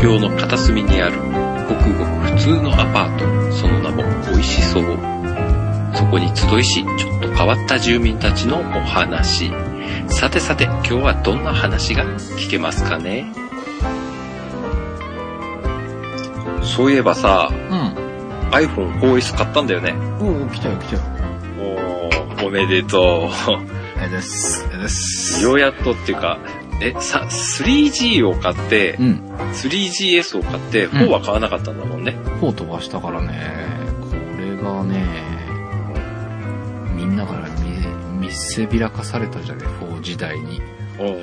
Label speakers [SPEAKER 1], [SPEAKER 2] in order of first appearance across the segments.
[SPEAKER 1] 京の片隅にある、ごくごく普通のアパート、その名も美味しそう。そこに集いし、ちょっと変わった住民たちのお話。さてさて、今日はどんな話が聞けますかねそういえばさ、
[SPEAKER 2] う
[SPEAKER 1] iPhoneOS 買ったんだよね。
[SPEAKER 2] ん。おお、来たよ、来たよ。
[SPEAKER 1] おー、おめでと
[SPEAKER 2] あれです。あれで
[SPEAKER 1] う。
[SPEAKER 2] す。
[SPEAKER 1] ようやっとっていうか、え、さ、3G を買って
[SPEAKER 2] う、ん。
[SPEAKER 1] 3GS を買って、4は買わなかったんだもんね。
[SPEAKER 2] フォー飛ばしたからね、これがね、みんなから見、見せびらかされたじゃね、フォー時代に。
[SPEAKER 1] おうおうおう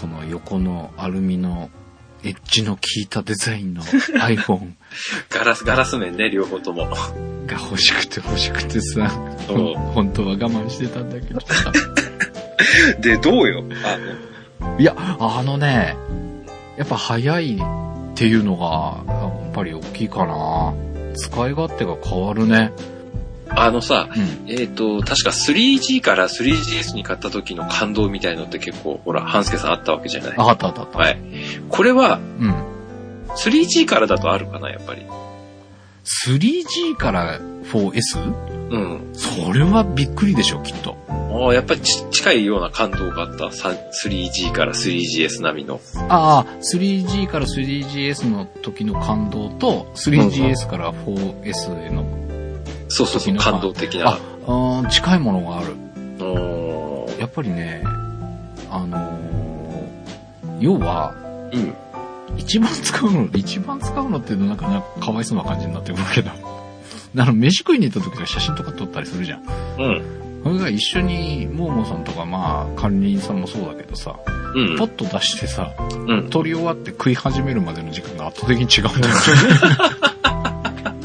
[SPEAKER 2] この横のアルミの、エッジの効いたデザイ ンの iPhone
[SPEAKER 1] ガラス、ガラス面ね、両方とも。
[SPEAKER 2] が欲しくて欲しくてさ、
[SPEAKER 1] おう
[SPEAKER 2] 本当は我慢してたんだけどさ。
[SPEAKER 1] で、どうよあ、
[SPEAKER 2] いや、あのね、やっぱ早いっていうのが、やっぱり大きいかな。使い勝手が変わるね。
[SPEAKER 1] あのさ、
[SPEAKER 2] うん。
[SPEAKER 1] えっ、と、確か 3G から 3GS に買った時の感動みたいのって結構、ほら、半助さんあったわけじゃない
[SPEAKER 2] あったあったあった。
[SPEAKER 1] はい。これは、
[SPEAKER 2] うん。
[SPEAKER 1] 3G からだとあるかな、やっぱり。
[SPEAKER 2] 3G から 4S?
[SPEAKER 1] うん。
[SPEAKER 2] それはびっくりでしょ、きっと。
[SPEAKER 1] ああ、やっぱりち近いような感動があった。さ 3G から 3GS 並みの。
[SPEAKER 2] ああ、3G から 3GS の時の感動と、3GS から 4S への、
[SPEAKER 1] そうそうそう、
[SPEAKER 2] 時の
[SPEAKER 1] 感動的な
[SPEAKER 2] あ。、あー近いものがある。
[SPEAKER 1] おー
[SPEAKER 2] やっぱりね、あのー要は、
[SPEAKER 1] うん。
[SPEAKER 2] 一番使うの、一番使うのってなんか、なんかかわいそうな感じになってくるけど。 あの、飯食いに行った時の写真とか撮ったりするじゃん。
[SPEAKER 1] うん。
[SPEAKER 2] それが一緒に、モーモーさんとか、まあ、管理人さんもそうだけどさ、
[SPEAKER 1] うん
[SPEAKER 2] ポッ。と出してさ、
[SPEAKER 1] うん。
[SPEAKER 2] 撮り終わって食い始めるまでの時間が圧倒的に違うん だよね。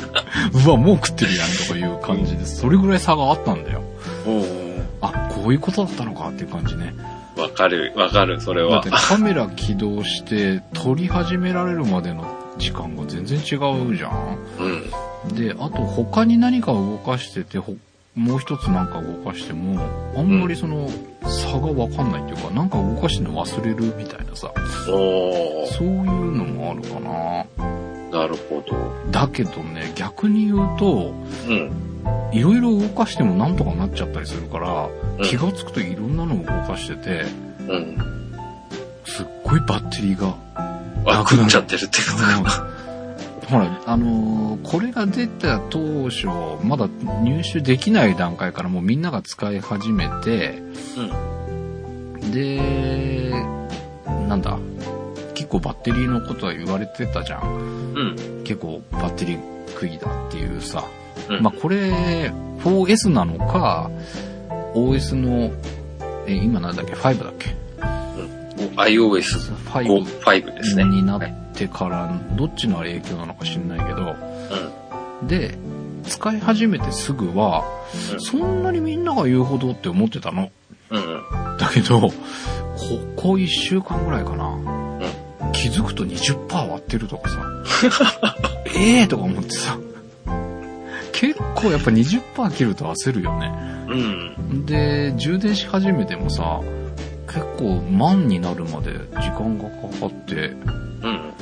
[SPEAKER 2] うわ、もう食ってるやんとかいう感じで、それぐらい差があったんだよ。
[SPEAKER 1] おー
[SPEAKER 2] あ、こういうことだったのかっていう感じね。
[SPEAKER 1] わかる、わかる、それ
[SPEAKER 2] だっ
[SPEAKER 1] は
[SPEAKER 2] て。カメラ起動して、撮り始められるまでの時間が全然違うじゃん。
[SPEAKER 1] うん。
[SPEAKER 2] で、あと他に何か動かしてて、ほもう一つなんか動かしても、あんまりその差がわかんないっていうか、なんか動かしてるの忘れるみたいなさ、
[SPEAKER 1] おー
[SPEAKER 2] そういうのもあるかな。
[SPEAKER 1] なるほど。
[SPEAKER 2] だけどね、逆に言うと、
[SPEAKER 1] うん。
[SPEAKER 2] いろいろ動かしてもなんとかなっちゃったりするから、
[SPEAKER 1] うん
[SPEAKER 2] 気がつくといろんなのを動かしてて、
[SPEAKER 1] うん。
[SPEAKER 2] すっごいバッテリーが。
[SPEAKER 1] あ、
[SPEAKER 2] なくな
[SPEAKER 1] 食っ
[SPEAKER 2] る
[SPEAKER 1] ちゃってるってことか。
[SPEAKER 2] ほら、あのーこれが出た当初、まだ入手できない段階からもうみんなが使い始めて、で、なんだ、結構バッテリーのことは言われてたじゃん。
[SPEAKER 1] うん。
[SPEAKER 2] 結構バッテリー食いだっていうさ。
[SPEAKER 1] うん
[SPEAKER 2] まあ、これ、4S なのか、OS の、えー今なんだっけ、5だっけ
[SPEAKER 1] お iOS5
[SPEAKER 2] 5
[SPEAKER 1] 5ですね。
[SPEAKER 2] になってから、どっちの影響なのか知んないけど、で、使い始めてすぐは、
[SPEAKER 1] うん
[SPEAKER 2] そんなにみんなが言うほどって思ってたの。
[SPEAKER 1] うん。うん。
[SPEAKER 2] だけど、ここ1週間ぐらいかな。気づくと20%割ってるとかさ。 ええとか思ってさ。結構やっぱ20%切ると焦るよね。
[SPEAKER 1] うん。
[SPEAKER 2] で、充電し始めてもさ、結構満になるまで時間がかかって、
[SPEAKER 1] うん。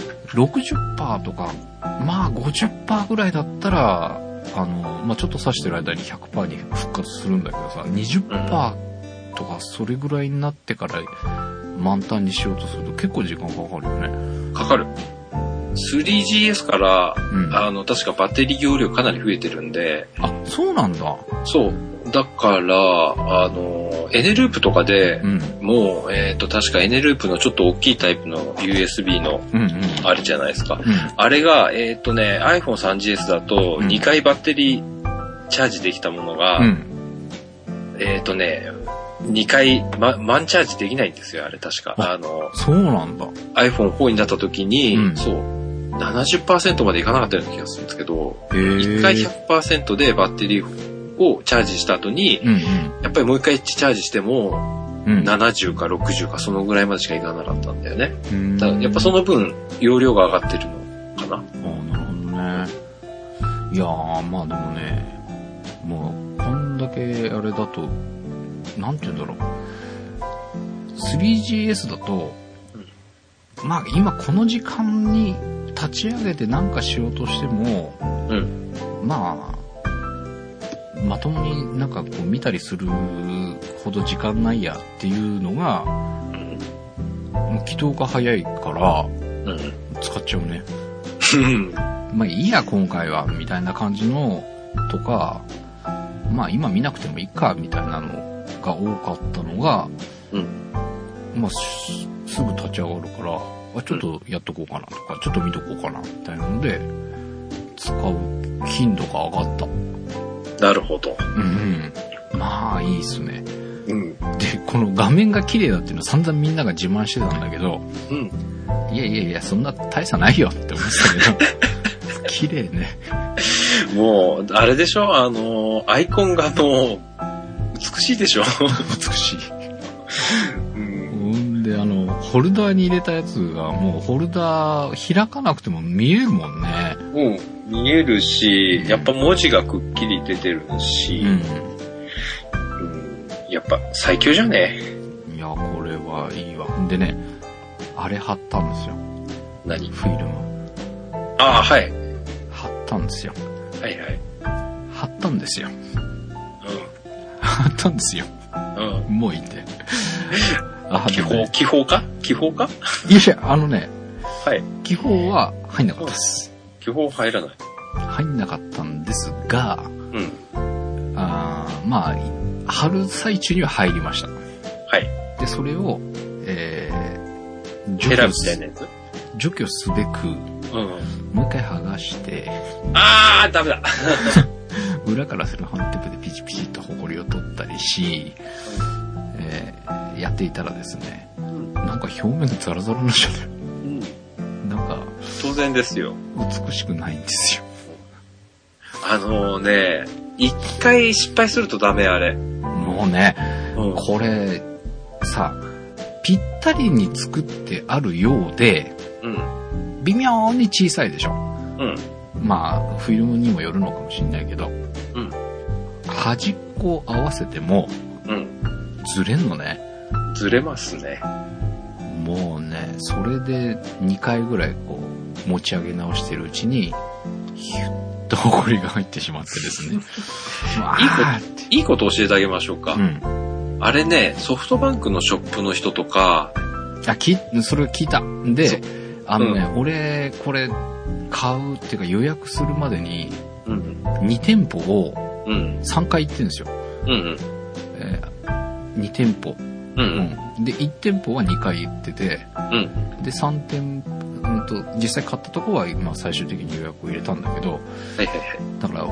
[SPEAKER 2] 60%とか、まあ50%ぐらいだったら、あの、まあちょっと指してる間に100%に復活するんだけどさ、20%とかそれぐらいになってから満タンにしようとすると結構時間かかるよね。
[SPEAKER 1] かかる。3GS から、
[SPEAKER 2] うん。あ、
[SPEAKER 1] あの、確かバッテリー容量かなり増えてるんで、
[SPEAKER 2] そうなんだ。
[SPEAKER 1] そう。だから、あの、エネループとかで
[SPEAKER 2] う、ん。
[SPEAKER 1] もう、えっ、と、確かエネループのちょっと大きいタイプの USB の、
[SPEAKER 2] うんうん。
[SPEAKER 1] あれじゃないですか。
[SPEAKER 2] うん。
[SPEAKER 1] あれが、えっ、とね、iPhone3GS だと、
[SPEAKER 2] うん
[SPEAKER 1] 2回バッテリーチャージできたものが、
[SPEAKER 2] うん。
[SPEAKER 1] えっ、とね、2回、ま、満チャージできないんですよ、あれ確か。
[SPEAKER 2] あ
[SPEAKER 1] あの、
[SPEAKER 2] そうなんだ。
[SPEAKER 1] iPhone4 になった時に、
[SPEAKER 2] うん
[SPEAKER 1] そう、70%までいかなかったような気がするんですけど、
[SPEAKER 2] へえ。
[SPEAKER 1] 1回100%でバッテリーをチャージした後に、
[SPEAKER 2] うん
[SPEAKER 1] やっぱりもう1回チャージしても、
[SPEAKER 2] うん。
[SPEAKER 1] 70か60かそのぐらいまでしかいかなかったんだよね。
[SPEAKER 2] うん。
[SPEAKER 1] だからやっぱその分、容量が上がってるのかな。
[SPEAKER 2] あーなるほどね。いやー、まあでもね、もう、こんだけあれだと、なんて言うんだろう。3GS だと、まあ今この時間に立ち上げて何かしようとしても、
[SPEAKER 1] う
[SPEAKER 2] まあ、まともになんかこう見たりするほど時間ないやっていうのが、もう起動が早いから
[SPEAKER 1] う
[SPEAKER 2] 使っちゃうね。
[SPEAKER 1] ん。
[SPEAKER 2] まあいいや今回は、みたいな感じのとか、まあ今見なくてもいいか、みたいなのが多かったのが、
[SPEAKER 1] うん。
[SPEAKER 2] まあすすぐ立ち上がるから、あ、ちょっとやっとこうかなとか、ちょっと見とこうかな、みたいなので、使う頻度が上がった。
[SPEAKER 1] なるほど。
[SPEAKER 2] うん、まあいいっすね。
[SPEAKER 1] うん。
[SPEAKER 2] で、この画面が綺麗だっていうのは散々みんなが自慢してたんだけど、
[SPEAKER 1] うん。
[SPEAKER 2] いやいやいや、そんな大差ないよって思って たけど、綺麗ね。
[SPEAKER 1] もう、あれでしょあの、アイコンがあの、美しいでしょ
[SPEAKER 2] 美しい。
[SPEAKER 1] うん。
[SPEAKER 2] ほんで、あの、ホルダーに入れたやつがもうホルダー開かなくても見えるもんね。
[SPEAKER 1] うん。見えるし、やっぱ文字がくっきり出てるし、
[SPEAKER 2] う
[SPEAKER 1] うんやっぱ最強じゃね
[SPEAKER 2] ん。いや、これはいいわ。ほんでね、あれ貼ったんですよ。
[SPEAKER 1] 何
[SPEAKER 2] フィルム。
[SPEAKER 1] ああ、はい。
[SPEAKER 2] 貼ったんですよ。
[SPEAKER 1] はいはい。
[SPEAKER 2] 貼ったんですよ。 貼ったんですよ。
[SPEAKER 1] うん。うん。
[SPEAKER 2] もういい って。あ、
[SPEAKER 1] 気
[SPEAKER 2] でもね
[SPEAKER 1] 泡、気泡か気泡か
[SPEAKER 2] いやいや、あのね、
[SPEAKER 1] はい。
[SPEAKER 2] 気泡は入んなかったです。
[SPEAKER 1] 気泡入らない。
[SPEAKER 2] 入んなかったんですが、
[SPEAKER 1] うん。
[SPEAKER 2] あーまあ、貼る最中には入りました。
[SPEAKER 1] はい。
[SPEAKER 2] で、それを、えー、
[SPEAKER 1] ヘ
[SPEAKER 2] 除
[SPEAKER 1] ラみたい
[SPEAKER 2] 去
[SPEAKER 1] な
[SPEAKER 2] す
[SPEAKER 1] やつ
[SPEAKER 2] 除去すべく、
[SPEAKER 1] うん。
[SPEAKER 2] もう一回剥がして、
[SPEAKER 1] ああ、ダメだ。
[SPEAKER 2] 裏からセロハンテープでピチピチと埃を取ったりし、えーやっていたらですね、
[SPEAKER 1] うん。
[SPEAKER 2] なんか表面ザラザラになっちゃって、
[SPEAKER 1] うん。
[SPEAKER 2] なんか
[SPEAKER 1] 当然ですよ。
[SPEAKER 2] 美しくないんですよ。
[SPEAKER 1] あのね、一回失敗するとダメ、あれ。う
[SPEAKER 2] もうね、
[SPEAKER 1] ん。
[SPEAKER 2] これ、さ、ぴったりに作ってあるようで、
[SPEAKER 1] うん。
[SPEAKER 2] 微妙に小さいでしょ。
[SPEAKER 1] うん。
[SPEAKER 2] まあ、フィルムにもよるのかもしれないけど。
[SPEAKER 1] うん
[SPEAKER 2] 端っこを合わせても、
[SPEAKER 1] うん。
[SPEAKER 2] ずれんのね。
[SPEAKER 1] ずれますね。
[SPEAKER 2] もうね、それで2回ぐらいこう、持ち上げ直してるうちに、ひゅっと埃が入ってしまってです ね。あーって
[SPEAKER 1] いいこと教えてあげましょうか。
[SPEAKER 2] うん。
[SPEAKER 1] あれね、ソフトバンクのショップの人とか、
[SPEAKER 2] あ、き、それを聞いた。
[SPEAKER 1] そう
[SPEAKER 2] で、あのね、俺、これ、買うっていうか予約するまでに、
[SPEAKER 1] うん。
[SPEAKER 2] 2店舗を
[SPEAKER 1] うん。
[SPEAKER 2] 3回行ってるんですよ。
[SPEAKER 1] うん。
[SPEAKER 2] え2店舗。
[SPEAKER 1] う。
[SPEAKER 2] うんん。で、1店舗は2回行ってて、
[SPEAKER 1] うん。
[SPEAKER 2] で、3店、うんと、実際買ったとこは、まあ最終的に予約を入れたんだけど、
[SPEAKER 1] はいはいはい。
[SPEAKER 2] だから、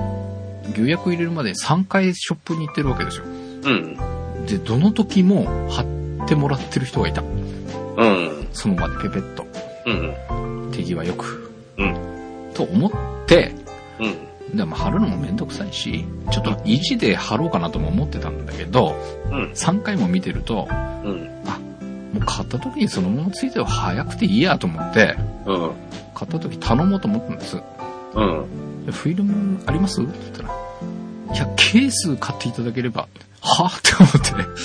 [SPEAKER 2] 予約入れるまで3回ショップに行ってるわけですよ。
[SPEAKER 1] うん。
[SPEAKER 2] で、どの時も貼ってもらってる人がいた。
[SPEAKER 1] うん。
[SPEAKER 2] その場でペペッと。
[SPEAKER 1] うん。
[SPEAKER 2] 手際よく。
[SPEAKER 1] うん
[SPEAKER 2] と思って、
[SPEAKER 1] うん。
[SPEAKER 2] でも貼るのもめんどくさいし、ちょっと意地で貼ろうかなとも思ってたんだけど、
[SPEAKER 1] うん
[SPEAKER 2] 3回も見てると、
[SPEAKER 1] うん。
[SPEAKER 2] もう買った時にそのままついては早くていいやと思って、
[SPEAKER 1] うん。
[SPEAKER 2] 買った時頼もうと思ったんです。
[SPEAKER 1] うん。
[SPEAKER 2] でフィルムありますって言ったら、いや、ケース買っていただければ、はって思って、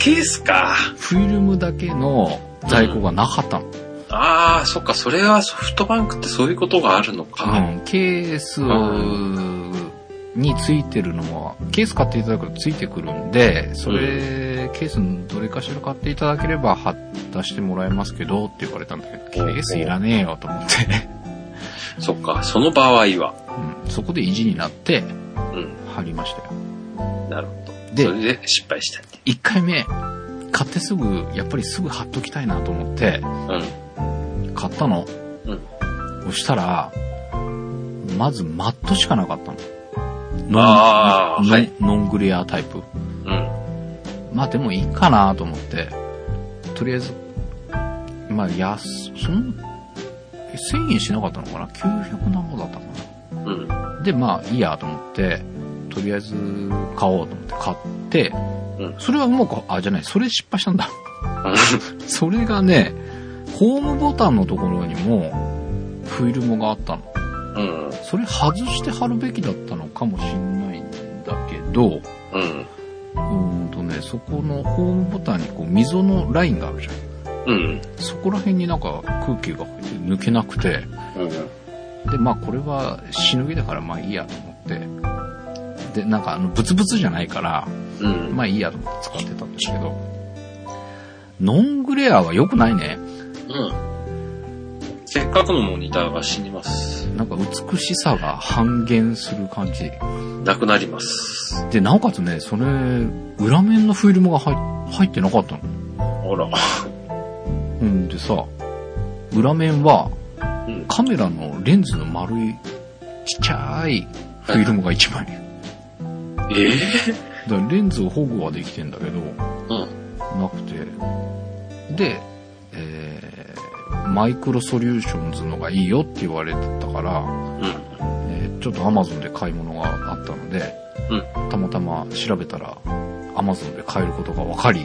[SPEAKER 1] ケースか。
[SPEAKER 2] フィルムだけの在庫がなかったの。
[SPEAKER 1] ああ、そっか、それはソフトバンクってそういうことがあるのか。
[SPEAKER 2] うん、ケースについてるのは、ケース買っていただくとついてくるんで、それ、ケースのどれかしら買っていただければ、は出してもらえますけど、って言われたんだけど、ケースいらねえよと思って、
[SPEAKER 1] そっか、その場合は。
[SPEAKER 2] うん、そこで意地になって、
[SPEAKER 1] うん。
[SPEAKER 2] 貼りましたよ。
[SPEAKER 1] なるほど。
[SPEAKER 2] で
[SPEAKER 1] それで失敗した。
[SPEAKER 2] 1回目、買ってすぐ、やっぱりすぐ貼っときたいなと思って、
[SPEAKER 1] うん。
[SPEAKER 2] 買ったの。
[SPEAKER 1] うん
[SPEAKER 2] そしたら、まずマットしかなかったの。ノン
[SPEAKER 1] あー
[SPEAKER 2] ノン
[SPEAKER 1] はい
[SPEAKER 2] ノングレアタイプ。
[SPEAKER 1] うん。
[SPEAKER 2] まあでもいいかなと思って、とりあえず、まあ安、その、え1000円しなかったのかな ?900 何本だったか
[SPEAKER 1] うん。
[SPEAKER 2] なで、まあいいやと思って、とりあえず買おうと思って買って、
[SPEAKER 1] うん
[SPEAKER 2] それはうまく、あ、じゃない、それ失敗したんだ。 それがね、ホームボタンのところにも、フィルムがあったの。
[SPEAKER 1] うん。
[SPEAKER 2] それ外して貼るべきだったのかもしんないんだけど、
[SPEAKER 1] うん。
[SPEAKER 2] うーんとね、そこのホームボタンにこう溝のラインがあるじゃん。
[SPEAKER 1] うん。
[SPEAKER 2] そこら辺になんか空気が抜けなくて、
[SPEAKER 1] うん。
[SPEAKER 2] で、まあこれはしのぎだからまあいいやと思って、で、なんかあの、ブツブツじゃないから、
[SPEAKER 1] うん。
[SPEAKER 2] まあいいやと思って使ってたんですけど、ノングレアは良くないね。
[SPEAKER 1] うん。せっかくのモニターが死にます。
[SPEAKER 2] なんか美しさが半減する感じ。
[SPEAKER 1] なくなります。
[SPEAKER 2] で、なおかつね、それ、裏面のフィルムが入入ってなかったの。
[SPEAKER 1] ほら。
[SPEAKER 2] うんでさ、裏面は
[SPEAKER 1] うん
[SPEAKER 2] カメラのレンズの丸いちっちゃいフィルムが1枚。
[SPEAKER 1] ええ
[SPEAKER 2] だからレンズを保護はできてんだけど、
[SPEAKER 1] うん。
[SPEAKER 2] なくて。で、えーマイクロソリューションズのがいいよって言われてたから、
[SPEAKER 1] うん。
[SPEAKER 2] えーちょっと Amazon で買い物があったので、たまたま調べたら Amazon で買えることが分かり、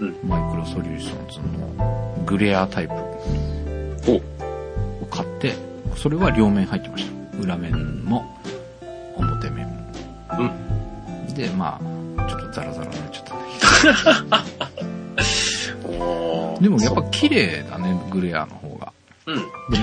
[SPEAKER 1] うん
[SPEAKER 2] マイクロソリューションズのグレアタイプ
[SPEAKER 1] お
[SPEAKER 2] を買って、それは両面入ってました。裏面も表面も。で、まあ、ちょっとザラザラになっちゃったんだけど。
[SPEAKER 1] おー
[SPEAKER 2] でもやっぱ綺麗だね、グレアの方が。
[SPEAKER 1] う
[SPEAKER 2] で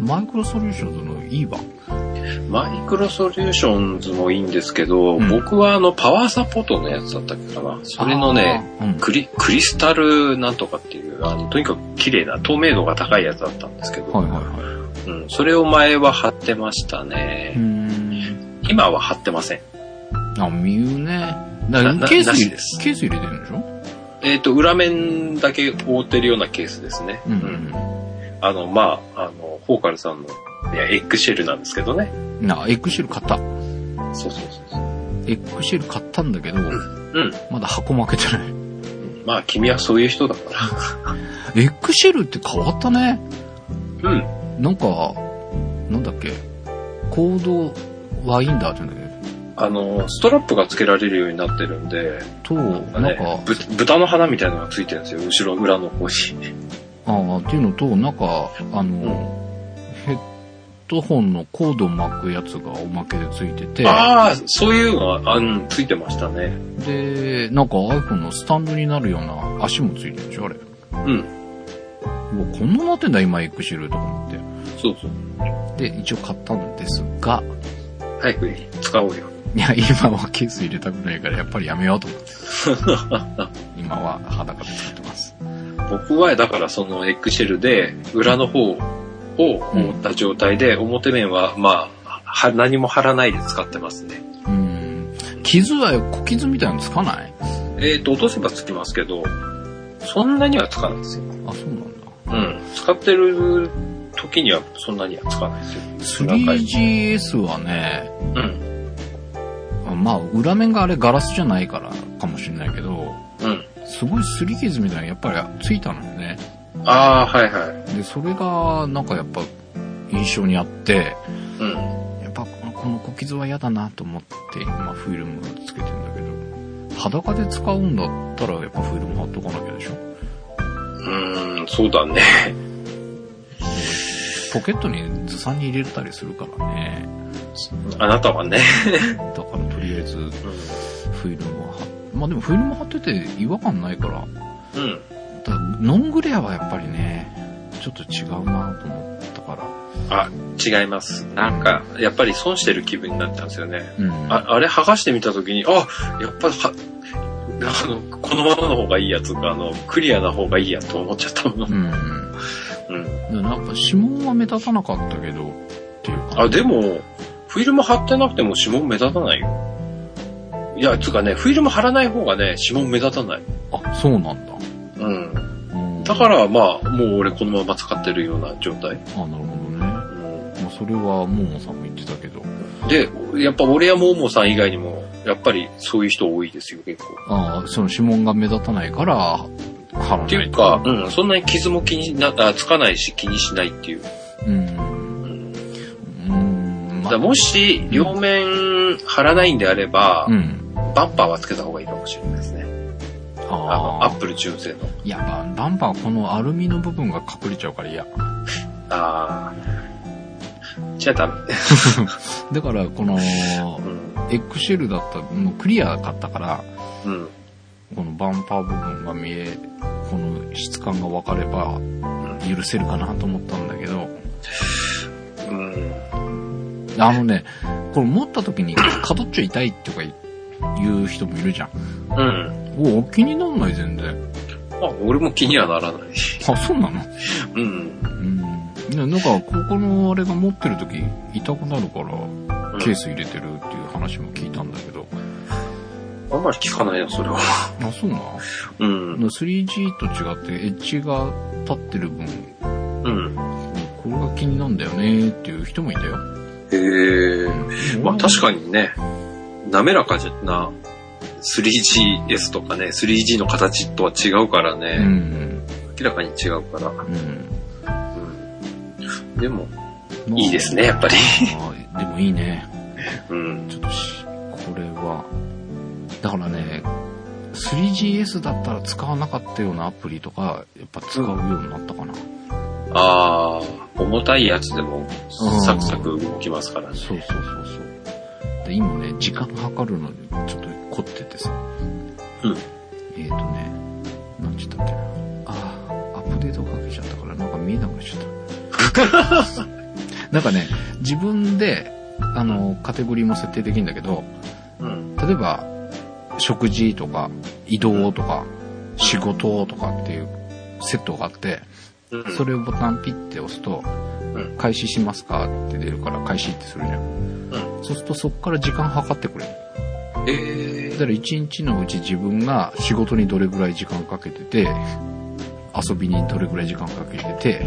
[SPEAKER 2] マイクロソリューションズのいいわ。
[SPEAKER 1] ん。マイクロソリューションズもいいんですけど、
[SPEAKER 2] うん
[SPEAKER 1] 僕はあの、パワーサポートのやつだったっけかな。それのね、
[SPEAKER 2] あー、うん
[SPEAKER 1] クリ、クリスタルなんとかっていう、あの、とにかく綺麗な、透明度が高いやつだったんですけど、
[SPEAKER 2] はいはいは
[SPEAKER 1] うん。それを前は貼ってました
[SPEAKER 2] い。う
[SPEAKER 1] ね。
[SPEAKER 2] ーん。
[SPEAKER 1] 今は貼ってません。
[SPEAKER 2] あ、ミューね。だ
[SPEAKER 1] な
[SPEAKER 2] から
[SPEAKER 1] な
[SPEAKER 2] ケース
[SPEAKER 1] なし
[SPEAKER 2] 入れ
[SPEAKER 1] です
[SPEAKER 2] ケース入れてるんでしょ
[SPEAKER 1] えっ、と、裏面だけ覆ってるようなケースですね。
[SPEAKER 2] うんうん
[SPEAKER 1] あの、まあ、あの、ホーカルさんの、いや、エッグシェルなんですけどね。
[SPEAKER 2] うん。な、エッグシェル買った。
[SPEAKER 1] そうそうそうそう。
[SPEAKER 2] エッグシェル買ったんだけど、
[SPEAKER 1] うん。
[SPEAKER 2] まだ箱負けてない。
[SPEAKER 1] まあ、君はそういう人だか
[SPEAKER 2] エッグシェルって変わったね。
[SPEAKER 1] ら。うん。
[SPEAKER 2] なんか、なんだっけ。コードワインダーって言うんだけ
[SPEAKER 1] あの、ストラップが付けられるようになってるんで、
[SPEAKER 2] ど、と、な
[SPEAKER 1] ね
[SPEAKER 2] んか、、
[SPEAKER 1] ぶ豚の花みたいなのが付いてるんですよ。後ろ、裏の方に。
[SPEAKER 2] ああ、っていうのと、なんか、あの、
[SPEAKER 1] ん
[SPEAKER 2] ヘッドホンのコードを巻くやつがおまけでついてて、
[SPEAKER 1] ああ、そういうのは、あうん、付いてましたね。
[SPEAKER 2] で、なんか iPhone のスタンドになるような足もついてるでしょ、あれ。
[SPEAKER 1] うん。
[SPEAKER 2] うわ、こんななってんだ、今、エクシェルとか思っ
[SPEAKER 1] そうそう。
[SPEAKER 2] て。で、一応買ったんですが、
[SPEAKER 1] 早く使おうよ。
[SPEAKER 2] いや、今はケース入れたくないから、やっぱりやめよう と思って。今は裸で使ってます。
[SPEAKER 1] 僕は、だからそのエッグシェルで、裏の方を覆った状態で、表面は、まあ、は何も貼らないで使ってますね。
[SPEAKER 2] うん。傷は、小傷みたいなのつかない
[SPEAKER 1] えっ、と、落とせばつきますけど、そんなにはつかないですよ。
[SPEAKER 2] あ、そうなん
[SPEAKER 1] う
[SPEAKER 2] だ。
[SPEAKER 1] ん。使ってる時にはそんなにはつかないですよ。
[SPEAKER 2] 3GS はね、
[SPEAKER 1] うん。
[SPEAKER 2] まあ、裏面があれガラスじゃないからかもしれないけど、
[SPEAKER 1] うん。
[SPEAKER 2] すごいすり傷みたいなのやっぱりついたのよね。
[SPEAKER 1] ああ、はいはい。
[SPEAKER 2] で、それが、なんかやっぱ、印象にあって、
[SPEAKER 1] うん。
[SPEAKER 2] やっぱ、この小傷は嫌だなと思って、今フィルムつけてんだけど、裸で使うんだったら、やっぱフィルム貼っとかなきゃでしょ。
[SPEAKER 1] うーん、そうだね。
[SPEAKER 2] ポケットにずさんに入れたりするからね。
[SPEAKER 1] あなたはね。
[SPEAKER 2] だからとりあえず、フィルムは貼っまあでもフィルム貼ってて違和感ないから、
[SPEAKER 1] うん。
[SPEAKER 2] ただノングレアはやっぱりね、ちょっと違うなと思ったから。
[SPEAKER 1] あ、違います。なんか、やっぱり損してる気分になったんですよね。
[SPEAKER 2] うん。
[SPEAKER 1] あ、あれ剥がしてみた時に、あ、やっぱは、あの、このままの方がいいやつか、あの、クリアな方がいいやと思っちゃったも。
[SPEAKER 2] うんん。
[SPEAKER 1] うん。
[SPEAKER 2] でなんか指紋は目立たなかったけど、っていうか。
[SPEAKER 1] あ、でも、フィルム貼ってなくても指紋目立たないよ。いや、つうかね、フィルム貼らない方がね、指紋目立たない。
[SPEAKER 2] あ、そうなんだ。
[SPEAKER 1] うん。
[SPEAKER 2] うん
[SPEAKER 1] だか。ら、まあ、もう俺このまま使ってるような状態。
[SPEAKER 2] あ、なるほどね。ま
[SPEAKER 1] う
[SPEAKER 2] あ、それは、ももさんも言ってたけど。
[SPEAKER 1] ん。で、やっぱ俺やもーもーさん以外にも、やっぱりそういう人多いですよ、結構。
[SPEAKER 2] ああ、その指紋が目立たないから、貼らない。
[SPEAKER 1] っていうか、うん、そんなに傷も気にな、あつかないし気にしないっていう。
[SPEAKER 2] うん。
[SPEAKER 1] うんだ
[SPEAKER 2] うん。ま
[SPEAKER 1] からも、し、両面貼らないんであれば、
[SPEAKER 2] うん。
[SPEAKER 1] バンパーはつけた方がいいかもしれないですね。あの、ア
[SPEAKER 2] ああ
[SPEAKER 1] ッ。プル純正の。
[SPEAKER 2] いや、バンバンバンこのアルミの部分が隠れちゃうから嫌。
[SPEAKER 1] あー。じゃあダメ。
[SPEAKER 2] だから、こ の、エ
[SPEAKER 1] うん。
[SPEAKER 2] ッグシェルだった、もうクリア買ったから、
[SPEAKER 1] うん。
[SPEAKER 2] このバンパー部分が見えこの質感が分かれば許せるかなと思ったんだけど、
[SPEAKER 1] うん。
[SPEAKER 2] あのね、これ持った時に角っちょ痛いとか言う人もいるじゃん。
[SPEAKER 1] うん。
[SPEAKER 2] お気になんない全然。
[SPEAKER 1] まあ、俺も気にはならない。
[SPEAKER 2] あ、そうなの
[SPEAKER 1] うん。
[SPEAKER 2] うん。ななんか、ここのあれが持ってる時痛くなるから、
[SPEAKER 1] うん
[SPEAKER 2] ケース入れてるっていう話も聞いたんだけど。
[SPEAKER 1] あんまり聞かないな、それは。
[SPEAKER 2] あ、そうなの
[SPEAKER 1] うん。
[SPEAKER 2] 3G と違ってエッジが立ってる分、
[SPEAKER 1] うん。
[SPEAKER 2] これが気になんだよねっていう人もいたよ。
[SPEAKER 1] へえ。まあ確
[SPEAKER 2] に。
[SPEAKER 1] かにね、滑らかな 3GS とかね、3G の形とは違うから
[SPEAKER 2] う
[SPEAKER 1] ね、
[SPEAKER 2] ん。
[SPEAKER 1] 明らかに違うから。
[SPEAKER 2] うん。
[SPEAKER 1] うんでも、
[SPEAKER 2] まあ
[SPEAKER 1] いいですね、。やっぱり。
[SPEAKER 2] あでもいいね。
[SPEAKER 1] うん。
[SPEAKER 2] ちょっとし、これは。だからね、3GS だったら使わなかったようなアプリとか、やっぱ使うようになったかな。
[SPEAKER 1] ああ、重たいやつでも
[SPEAKER 2] うん、
[SPEAKER 1] サクサク動きますからね。
[SPEAKER 2] そうそうそうそう。で、今ね、時間計るのにちょっと凝っててさ。
[SPEAKER 1] うん。
[SPEAKER 2] えっ、とね、何ちったっけな。ああ、アップデートかけちゃったからなんか見えなくなっち ゃった。なんかね、自分で、あの、カテゴリーも設定できるんだけど、
[SPEAKER 1] うん。
[SPEAKER 2] 例えば、食事とか、移動とか、仕事とかっていうセットがあっ
[SPEAKER 1] う
[SPEAKER 2] て、
[SPEAKER 1] ん
[SPEAKER 2] それをボタンピッて押すと、
[SPEAKER 1] ん
[SPEAKER 2] 開始しますかって出るから開始ってするじゃん。そうするとそこから時間計ってくれる。
[SPEAKER 1] え
[SPEAKER 2] だから1日のうち自分が仕事にどれぐらい時間かけてて、遊びにどれぐらい時間かけてて、
[SPEAKER 1] ん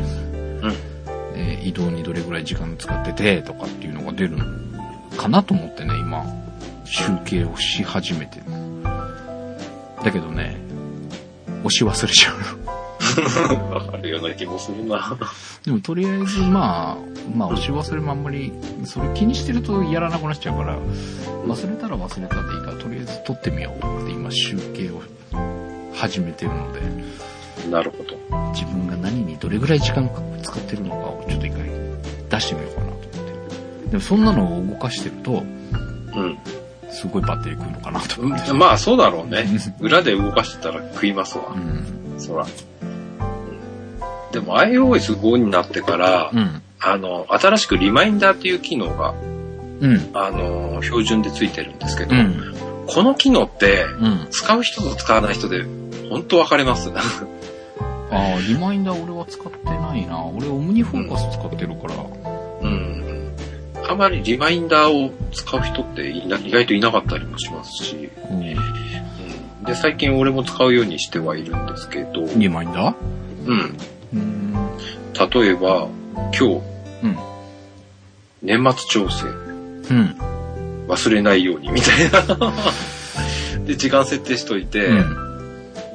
[SPEAKER 2] えー移動にどれぐらい時間使っててとかっていうのが出るかなと思ってね、今、集計をし始めてる。だけどね、押し忘れちゃう。
[SPEAKER 1] ー、わかるような気もするな。
[SPEAKER 2] でもとりあえずまあ、まあ押し忘れもあんまり、それ気にしてるとやらなくなっちゃうから、忘れたら忘れたでいいから、とりあえず撮ってみようって今集計を始めてるので、
[SPEAKER 1] なるほど。
[SPEAKER 2] 自分が何にどれぐらい時間使ってるのかをちょっと一回出してみようかなと思って。でもそんなのを動かしてると、
[SPEAKER 1] う
[SPEAKER 2] すごいバッテリー食うのかなと思って。
[SPEAKER 1] ん。まあそうだろうね。裏で動かしてたら食いますわ
[SPEAKER 2] う。ん。
[SPEAKER 1] そら。でも iOS5 になってから、
[SPEAKER 2] うん。
[SPEAKER 1] あの、新しくリマインダーっていう機能が、
[SPEAKER 2] うん。
[SPEAKER 1] あの、標準でついてるんですけど、
[SPEAKER 2] うん。
[SPEAKER 1] この機能って、
[SPEAKER 2] うん。
[SPEAKER 1] 使う人と使わない人で、本当分かれます。
[SPEAKER 2] ああ、リマインダー俺は使ってないな。俺オムニフォーカス使ってるから。
[SPEAKER 1] うん。あまりリマインダーを使う人っていな意外といなかったりもしますし、
[SPEAKER 2] うん。
[SPEAKER 1] うん、で、最近俺も使うようにしてはいるんですけど、うん。
[SPEAKER 2] リマインダーうん。
[SPEAKER 1] 例えば、今日、
[SPEAKER 2] うん。
[SPEAKER 1] 年末調整、
[SPEAKER 2] うん。
[SPEAKER 1] 忘れないようにみたいな。 で、時間設定しといて、
[SPEAKER 2] うん。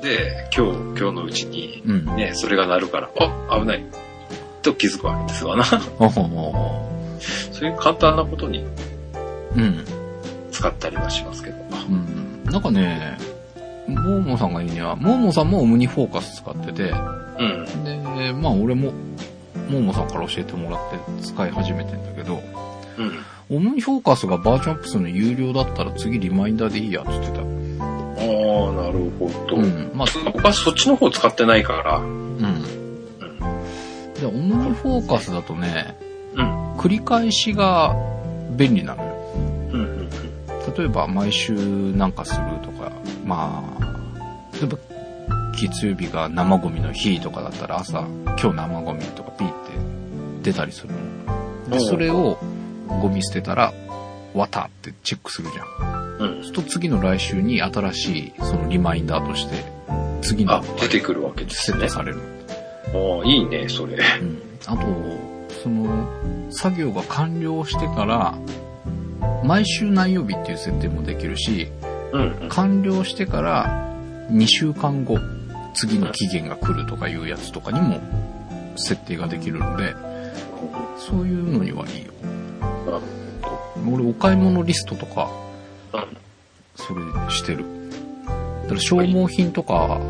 [SPEAKER 1] で、今日、今日のうちに、
[SPEAKER 2] うん。
[SPEAKER 1] ね、それが鳴るから、あ、危ない。と気づくわけですわ な。
[SPEAKER 2] ほほほ
[SPEAKER 1] そういう簡単なことに
[SPEAKER 2] うん。
[SPEAKER 1] 使ったりはしますけど。
[SPEAKER 2] うん。なんかね、モーモーさんが言うには、モーモーさんもオムニフォーカス使ってて、
[SPEAKER 1] うん。
[SPEAKER 2] で、まあ俺も、モーモーさんから教えてもらって使い始めてんだけど、
[SPEAKER 1] うん。
[SPEAKER 2] オムニフォーカスがバージョンアップするの有料だったら次リマインダーでいいやって言ってた。
[SPEAKER 1] ああ、なるほど。
[SPEAKER 2] うん。まあ、
[SPEAKER 1] 僕はそっちの方使ってないから。う
[SPEAKER 2] うん。で、オムニフォーカスだとね、
[SPEAKER 1] ん。
[SPEAKER 2] 繰り返しが便利なのよ。
[SPEAKER 1] うん。
[SPEAKER 2] 例えば毎週なんかするとか、まあ、例えば月曜日が生ゴミの日とかだったら朝、今日生ゴミとかピーって出たりするの。で、
[SPEAKER 1] おう
[SPEAKER 2] それをゴミ捨てたら、わたってチェックするじゃん。
[SPEAKER 1] うん
[SPEAKER 2] そ。うすると次の来週に新しいそのリマインダーとして、次の
[SPEAKER 1] あ、出てくるわけです
[SPEAKER 2] 設定
[SPEAKER 1] ね。
[SPEAKER 2] される。
[SPEAKER 1] おーいいね、それ。
[SPEAKER 2] うん。あと、その、作業が完了してから、毎週何曜日っていう設定もできるし、
[SPEAKER 1] うん。
[SPEAKER 2] 完了してから2週間後、次の期限が来るとかいうやつとかにも設定ができるので、そういうのにはいいよ。
[SPEAKER 1] なる
[SPEAKER 2] 俺お買い物リストとか、
[SPEAKER 1] ほど
[SPEAKER 2] それしてる。だから消耗品とか、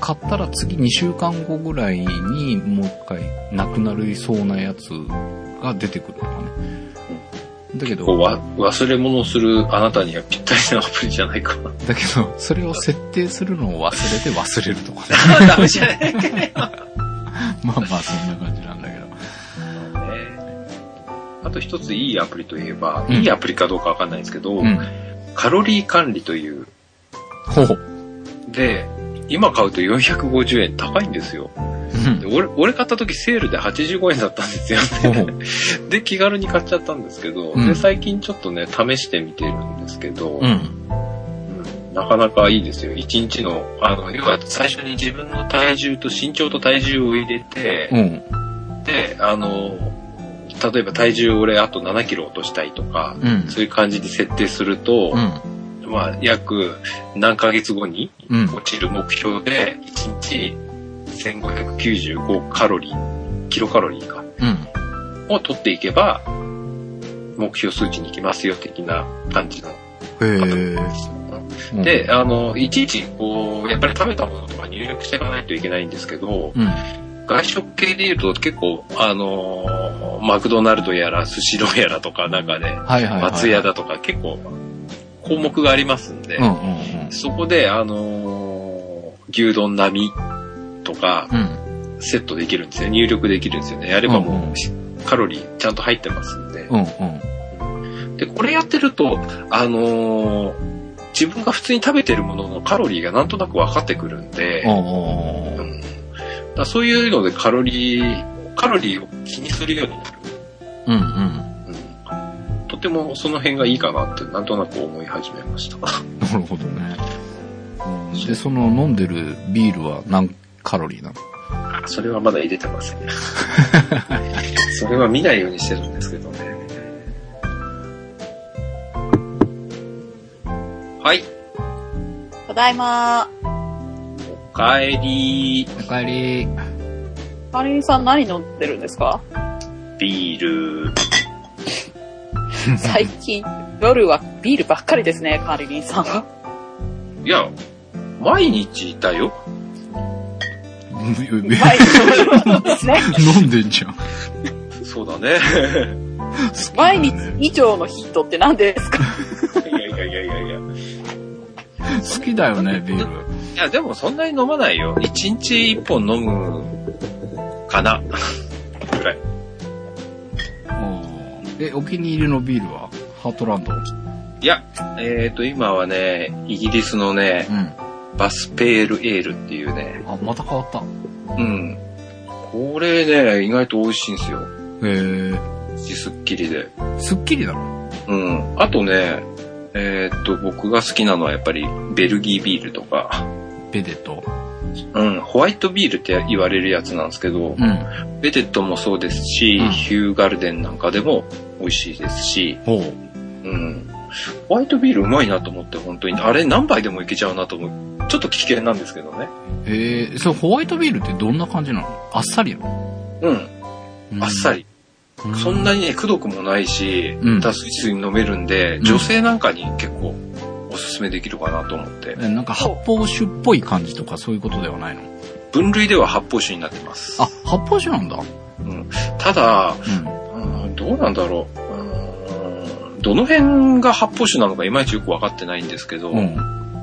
[SPEAKER 2] 買ったら次2週間後ぐらいにもう一回なくなりそうなやつが出てくるとかね。だけど、
[SPEAKER 1] こうわ忘れ物をするあなたにはぴったりなアプリじゃないかな。
[SPEAKER 2] だけど、それを設定するのを忘れて忘れるとかね。
[SPEAKER 1] ダメじゃないか ね
[SPEAKER 2] まあまあ、そんな感じなんだけど。
[SPEAKER 1] あと一ついいアプリといえば、
[SPEAKER 2] うん
[SPEAKER 1] いいアプリかどうかわかんないんですけど、
[SPEAKER 2] うん。
[SPEAKER 1] カロリー管理という。
[SPEAKER 2] ほう。
[SPEAKER 1] で、今買うと450円高いんですよ。
[SPEAKER 2] うん
[SPEAKER 1] で俺、俺買った時セールで85円だったんですよ
[SPEAKER 2] ほ
[SPEAKER 1] ね。
[SPEAKER 2] う。
[SPEAKER 1] で、気軽に買っちゃったんですけど、
[SPEAKER 2] うん
[SPEAKER 1] で、最近ちょっとね、試してみてるんですけど、
[SPEAKER 2] うん。
[SPEAKER 1] なかなかいいですよ。一日の、あの、要は最初に自分の体重と身長と体重を入れて、
[SPEAKER 2] うん。
[SPEAKER 1] で、あの、例えば体重を俺あと7キロ落としたいとか、
[SPEAKER 2] うん。
[SPEAKER 1] そういう感じに設定すると
[SPEAKER 2] う、ん。
[SPEAKER 1] まあ、約何ヶ月後に
[SPEAKER 2] うん。
[SPEAKER 1] 落ちる目標で、1日1595カロリー、キロカロリーか、
[SPEAKER 2] うん。
[SPEAKER 1] を取っていけば、目標数値に行きますよ、的な感じの。
[SPEAKER 2] へえ。
[SPEAKER 1] で、、あの、いちいち、こう、やっぱり食べたものとか入力していかないといけないんですけど、
[SPEAKER 2] うん。
[SPEAKER 1] 外食系で言うと結構、あのーマクドナルドやら、スシローやらとか、なんかね、
[SPEAKER 2] はいはい。
[SPEAKER 1] 松屋。だとか、結構、項目がありますんで、
[SPEAKER 2] うんうんうん。
[SPEAKER 1] そこで、あのー牛丼並みとか、
[SPEAKER 2] うん。
[SPEAKER 1] セットできるんですよ。入力できるんですよね。やれば
[SPEAKER 2] うんう
[SPEAKER 1] も
[SPEAKER 2] ん
[SPEAKER 1] う、カロリーちゃんと入ってますんで。
[SPEAKER 2] うんうん。
[SPEAKER 1] で、これやってると、あのー自分が普通に食べてるもののカロリーがなんとなく分かってくるんで、
[SPEAKER 2] おうお
[SPEAKER 1] う
[SPEAKER 2] うおうん
[SPEAKER 1] だからそういうのでカロリー、カロリーを気にするようになる。
[SPEAKER 2] うんうん。
[SPEAKER 1] うんとてもその辺がいいかなって、なんとなく思い始めました。
[SPEAKER 2] なるほどね。うんで、その飲んでるビールは何カロリーなの
[SPEAKER 1] あそれはまだ入れてま せん。それは見ないようにしてるんですけどね。はい、
[SPEAKER 3] ただいま
[SPEAKER 1] おかえり、
[SPEAKER 2] おかえり。
[SPEAKER 3] ー。かりんさん何飲んでるんですか
[SPEAKER 1] ビール。
[SPEAKER 3] 最近、夜はビールばっかりですね、かりんさ んは。
[SPEAKER 1] いや、毎日いたよ。
[SPEAKER 3] 毎日飲んで るんですね。
[SPEAKER 2] 飲んでんじゃん。
[SPEAKER 1] そうだね。
[SPEAKER 3] 毎日以上のヒットって何ですか
[SPEAKER 1] いやいやいやいやいや。い
[SPEAKER 2] 好きだよね、ビール。
[SPEAKER 1] や、でもそんなに飲まないよ。一日一本飲む、かな。ぐらい。
[SPEAKER 2] え、お気に入りのビールはハートランド。う
[SPEAKER 1] いや、えっ、ー、と、今はね、イギリスのね、
[SPEAKER 2] ん。
[SPEAKER 1] バスペールエールっていうね、
[SPEAKER 2] あ、また変わった。
[SPEAKER 1] うん。これね、意外と美味しいんですよ。
[SPEAKER 2] へ
[SPEAKER 1] すっきりで。
[SPEAKER 2] え。すっきりだろ。
[SPEAKER 1] うん。あとね、えーっと、僕が好きなのはやっぱりベルギービールとか、
[SPEAKER 2] ベデと。
[SPEAKER 1] うん、ホワイトビールって言われるやつなんですけど、
[SPEAKER 2] ん。
[SPEAKER 1] ベテットもそうですし、
[SPEAKER 2] うん
[SPEAKER 1] ヒューガルデンなんかでも美味しいですし、
[SPEAKER 2] ほう。
[SPEAKER 1] うん。ホワイトビールうまいなと思って、本当に。あれ何杯でもいけちゃうなと思う。ちょっと危険なんですけどね。
[SPEAKER 2] へえ、それホワイトビールってどんな感じなのあっさりなの
[SPEAKER 1] うん。あっさ。り。
[SPEAKER 2] う
[SPEAKER 1] そんなにね、くどくもないし
[SPEAKER 2] うん、
[SPEAKER 1] 脱水に飲めるんで、
[SPEAKER 2] ん
[SPEAKER 1] 女性なんかに結構おすすめできるかなと思って。
[SPEAKER 2] えなんか発泡酒っぽい感じとかそういうことではないの
[SPEAKER 1] 分類では発泡酒になってます。
[SPEAKER 2] あ、発泡酒なんだ。
[SPEAKER 1] ただ、
[SPEAKER 2] うん。
[SPEAKER 1] うんどうなんだろう。うんどの辺が発泡酒なのかいまいちよくわかってないんですけど、
[SPEAKER 2] うん。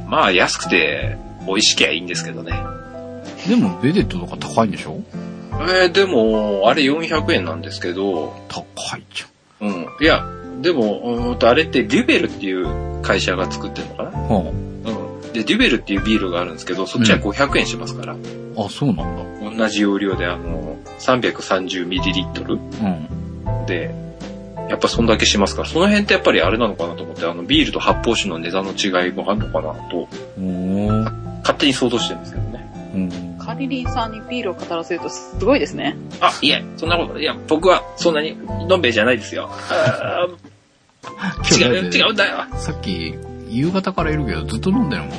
[SPEAKER 1] まあ安くて美味しきゃいいんですけどね。
[SPEAKER 2] でも、ベデットとか高いんでしょ
[SPEAKER 1] えーでも、あれ400円なんですけど、
[SPEAKER 2] 高いじ
[SPEAKER 1] うん。いや、でも、うーんとあれってデュベルっていう会社が作ってるのか
[SPEAKER 2] ゃ。
[SPEAKER 1] なん
[SPEAKER 2] は
[SPEAKER 1] うん。で、デュベルっていうビールがあるんですけど、そっちは500円しますから。
[SPEAKER 2] あ、あ、そうなんだ。
[SPEAKER 1] 同じ容量で、あの、330ml
[SPEAKER 2] うん。
[SPEAKER 1] で、やっぱそんだけしますから、その辺ってやっぱりあれなのかなと思って、あの、ビールと発泡酒の値段の違いもあるのかなと、
[SPEAKER 2] おー
[SPEAKER 1] 勝手に想像してるんですけどね。
[SPEAKER 2] うん。
[SPEAKER 3] かりんさんにビールを語らせるとすごいですね。
[SPEAKER 1] あ、いえ、そんなこと、いや、僕はそんなに、のんべえじゃないですよ。あー違う、違うんだよ。
[SPEAKER 2] さっき、夕方からいるけど、ずっと飲ん でるもん。も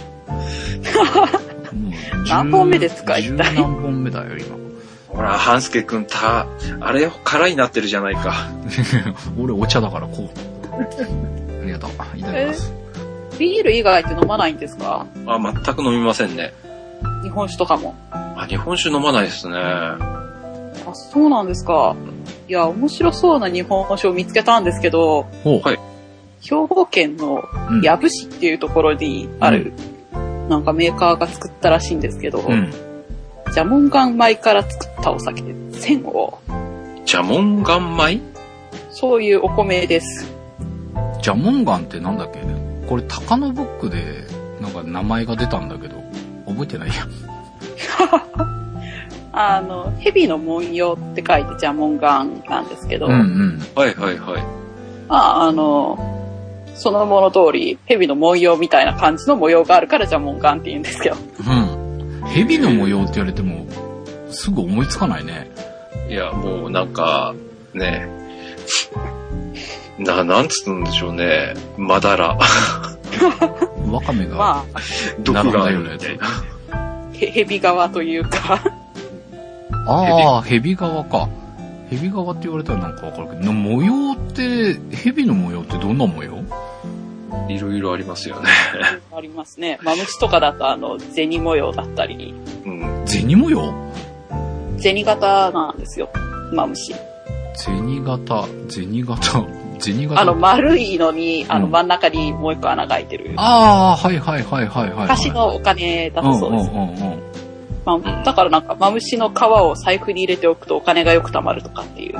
[SPEAKER 2] う十
[SPEAKER 3] 何本目ですか
[SPEAKER 2] 十
[SPEAKER 3] 一体
[SPEAKER 2] 何本目だよ、今。
[SPEAKER 1] ほら、半助くん、た、あれよ、空になってるじゃないか。
[SPEAKER 2] 俺、お茶だか ら、こう。ありがとう。いただきます。
[SPEAKER 3] ビール以外って飲まないんですか
[SPEAKER 1] あ、全く飲みませんね。
[SPEAKER 3] 日本酒とかも。
[SPEAKER 1] あ、日本酒飲まないですね。
[SPEAKER 3] あ、そうなんですか。いや、面白そうな日本酒を見つけたんですけど、
[SPEAKER 2] ほう。
[SPEAKER 1] はい
[SPEAKER 3] 兵庫県の
[SPEAKER 2] うん
[SPEAKER 3] 矢部市っていうところにある、なんかメーカーが作ったらしいんですけど、
[SPEAKER 2] うん。
[SPEAKER 3] ジャモンガン米から作ったお酒、千を、
[SPEAKER 1] ジャモンガン米
[SPEAKER 3] そういうお米です。
[SPEAKER 2] ジャモンガンってなんだっけこれ、タカノブックで、なんか名前が出たんだけど、覚えてないや。
[SPEAKER 3] あの、蛇の文様って書いてジャモンガンなんですけど、
[SPEAKER 2] うん
[SPEAKER 1] はいはいはい。
[SPEAKER 3] まあ、あの、そのもの通り、蛇の文様みたいな感じの模様があるからジャモンガンって言うんですけど。
[SPEAKER 2] うん。うん。蛇の模様って言われても、すぐ思いつかないね。
[SPEAKER 1] いや、もうなんか、ね、な、なんつうんでしょうね。まだら、
[SPEAKER 2] ワカメが
[SPEAKER 3] まあ、
[SPEAKER 1] 毒
[SPEAKER 2] 並ん
[SPEAKER 1] があ
[SPEAKER 2] だよ
[SPEAKER 1] る
[SPEAKER 2] うなや
[SPEAKER 1] み
[SPEAKER 2] つ
[SPEAKER 1] たい。な。
[SPEAKER 3] へ蛇側というか、
[SPEAKER 2] ああ、蛇側か。蛇側って言われたらなんかわかるけど、の模様って、蛇の模様ってどんな模様
[SPEAKER 1] いろいろありますよね。
[SPEAKER 3] ありますね。マムシとかだと、あの、銭模様だったり、
[SPEAKER 1] うん。
[SPEAKER 2] 銭模様
[SPEAKER 3] 銭型なんですよ。マムシ。
[SPEAKER 2] 銭形、銭形、銭形。
[SPEAKER 3] あの、丸いのに、あの、
[SPEAKER 2] うん
[SPEAKER 3] 真ん中にもう一個穴が開いてる。
[SPEAKER 2] ああ、はいはいはいはいはい。
[SPEAKER 3] 昔のお金だとそうで
[SPEAKER 2] んう
[SPEAKER 3] す。
[SPEAKER 2] んうんうん。
[SPEAKER 3] まあ、だからなんか、マムシの皮を財布に入れておくとお金がよく貯まるとかっていう。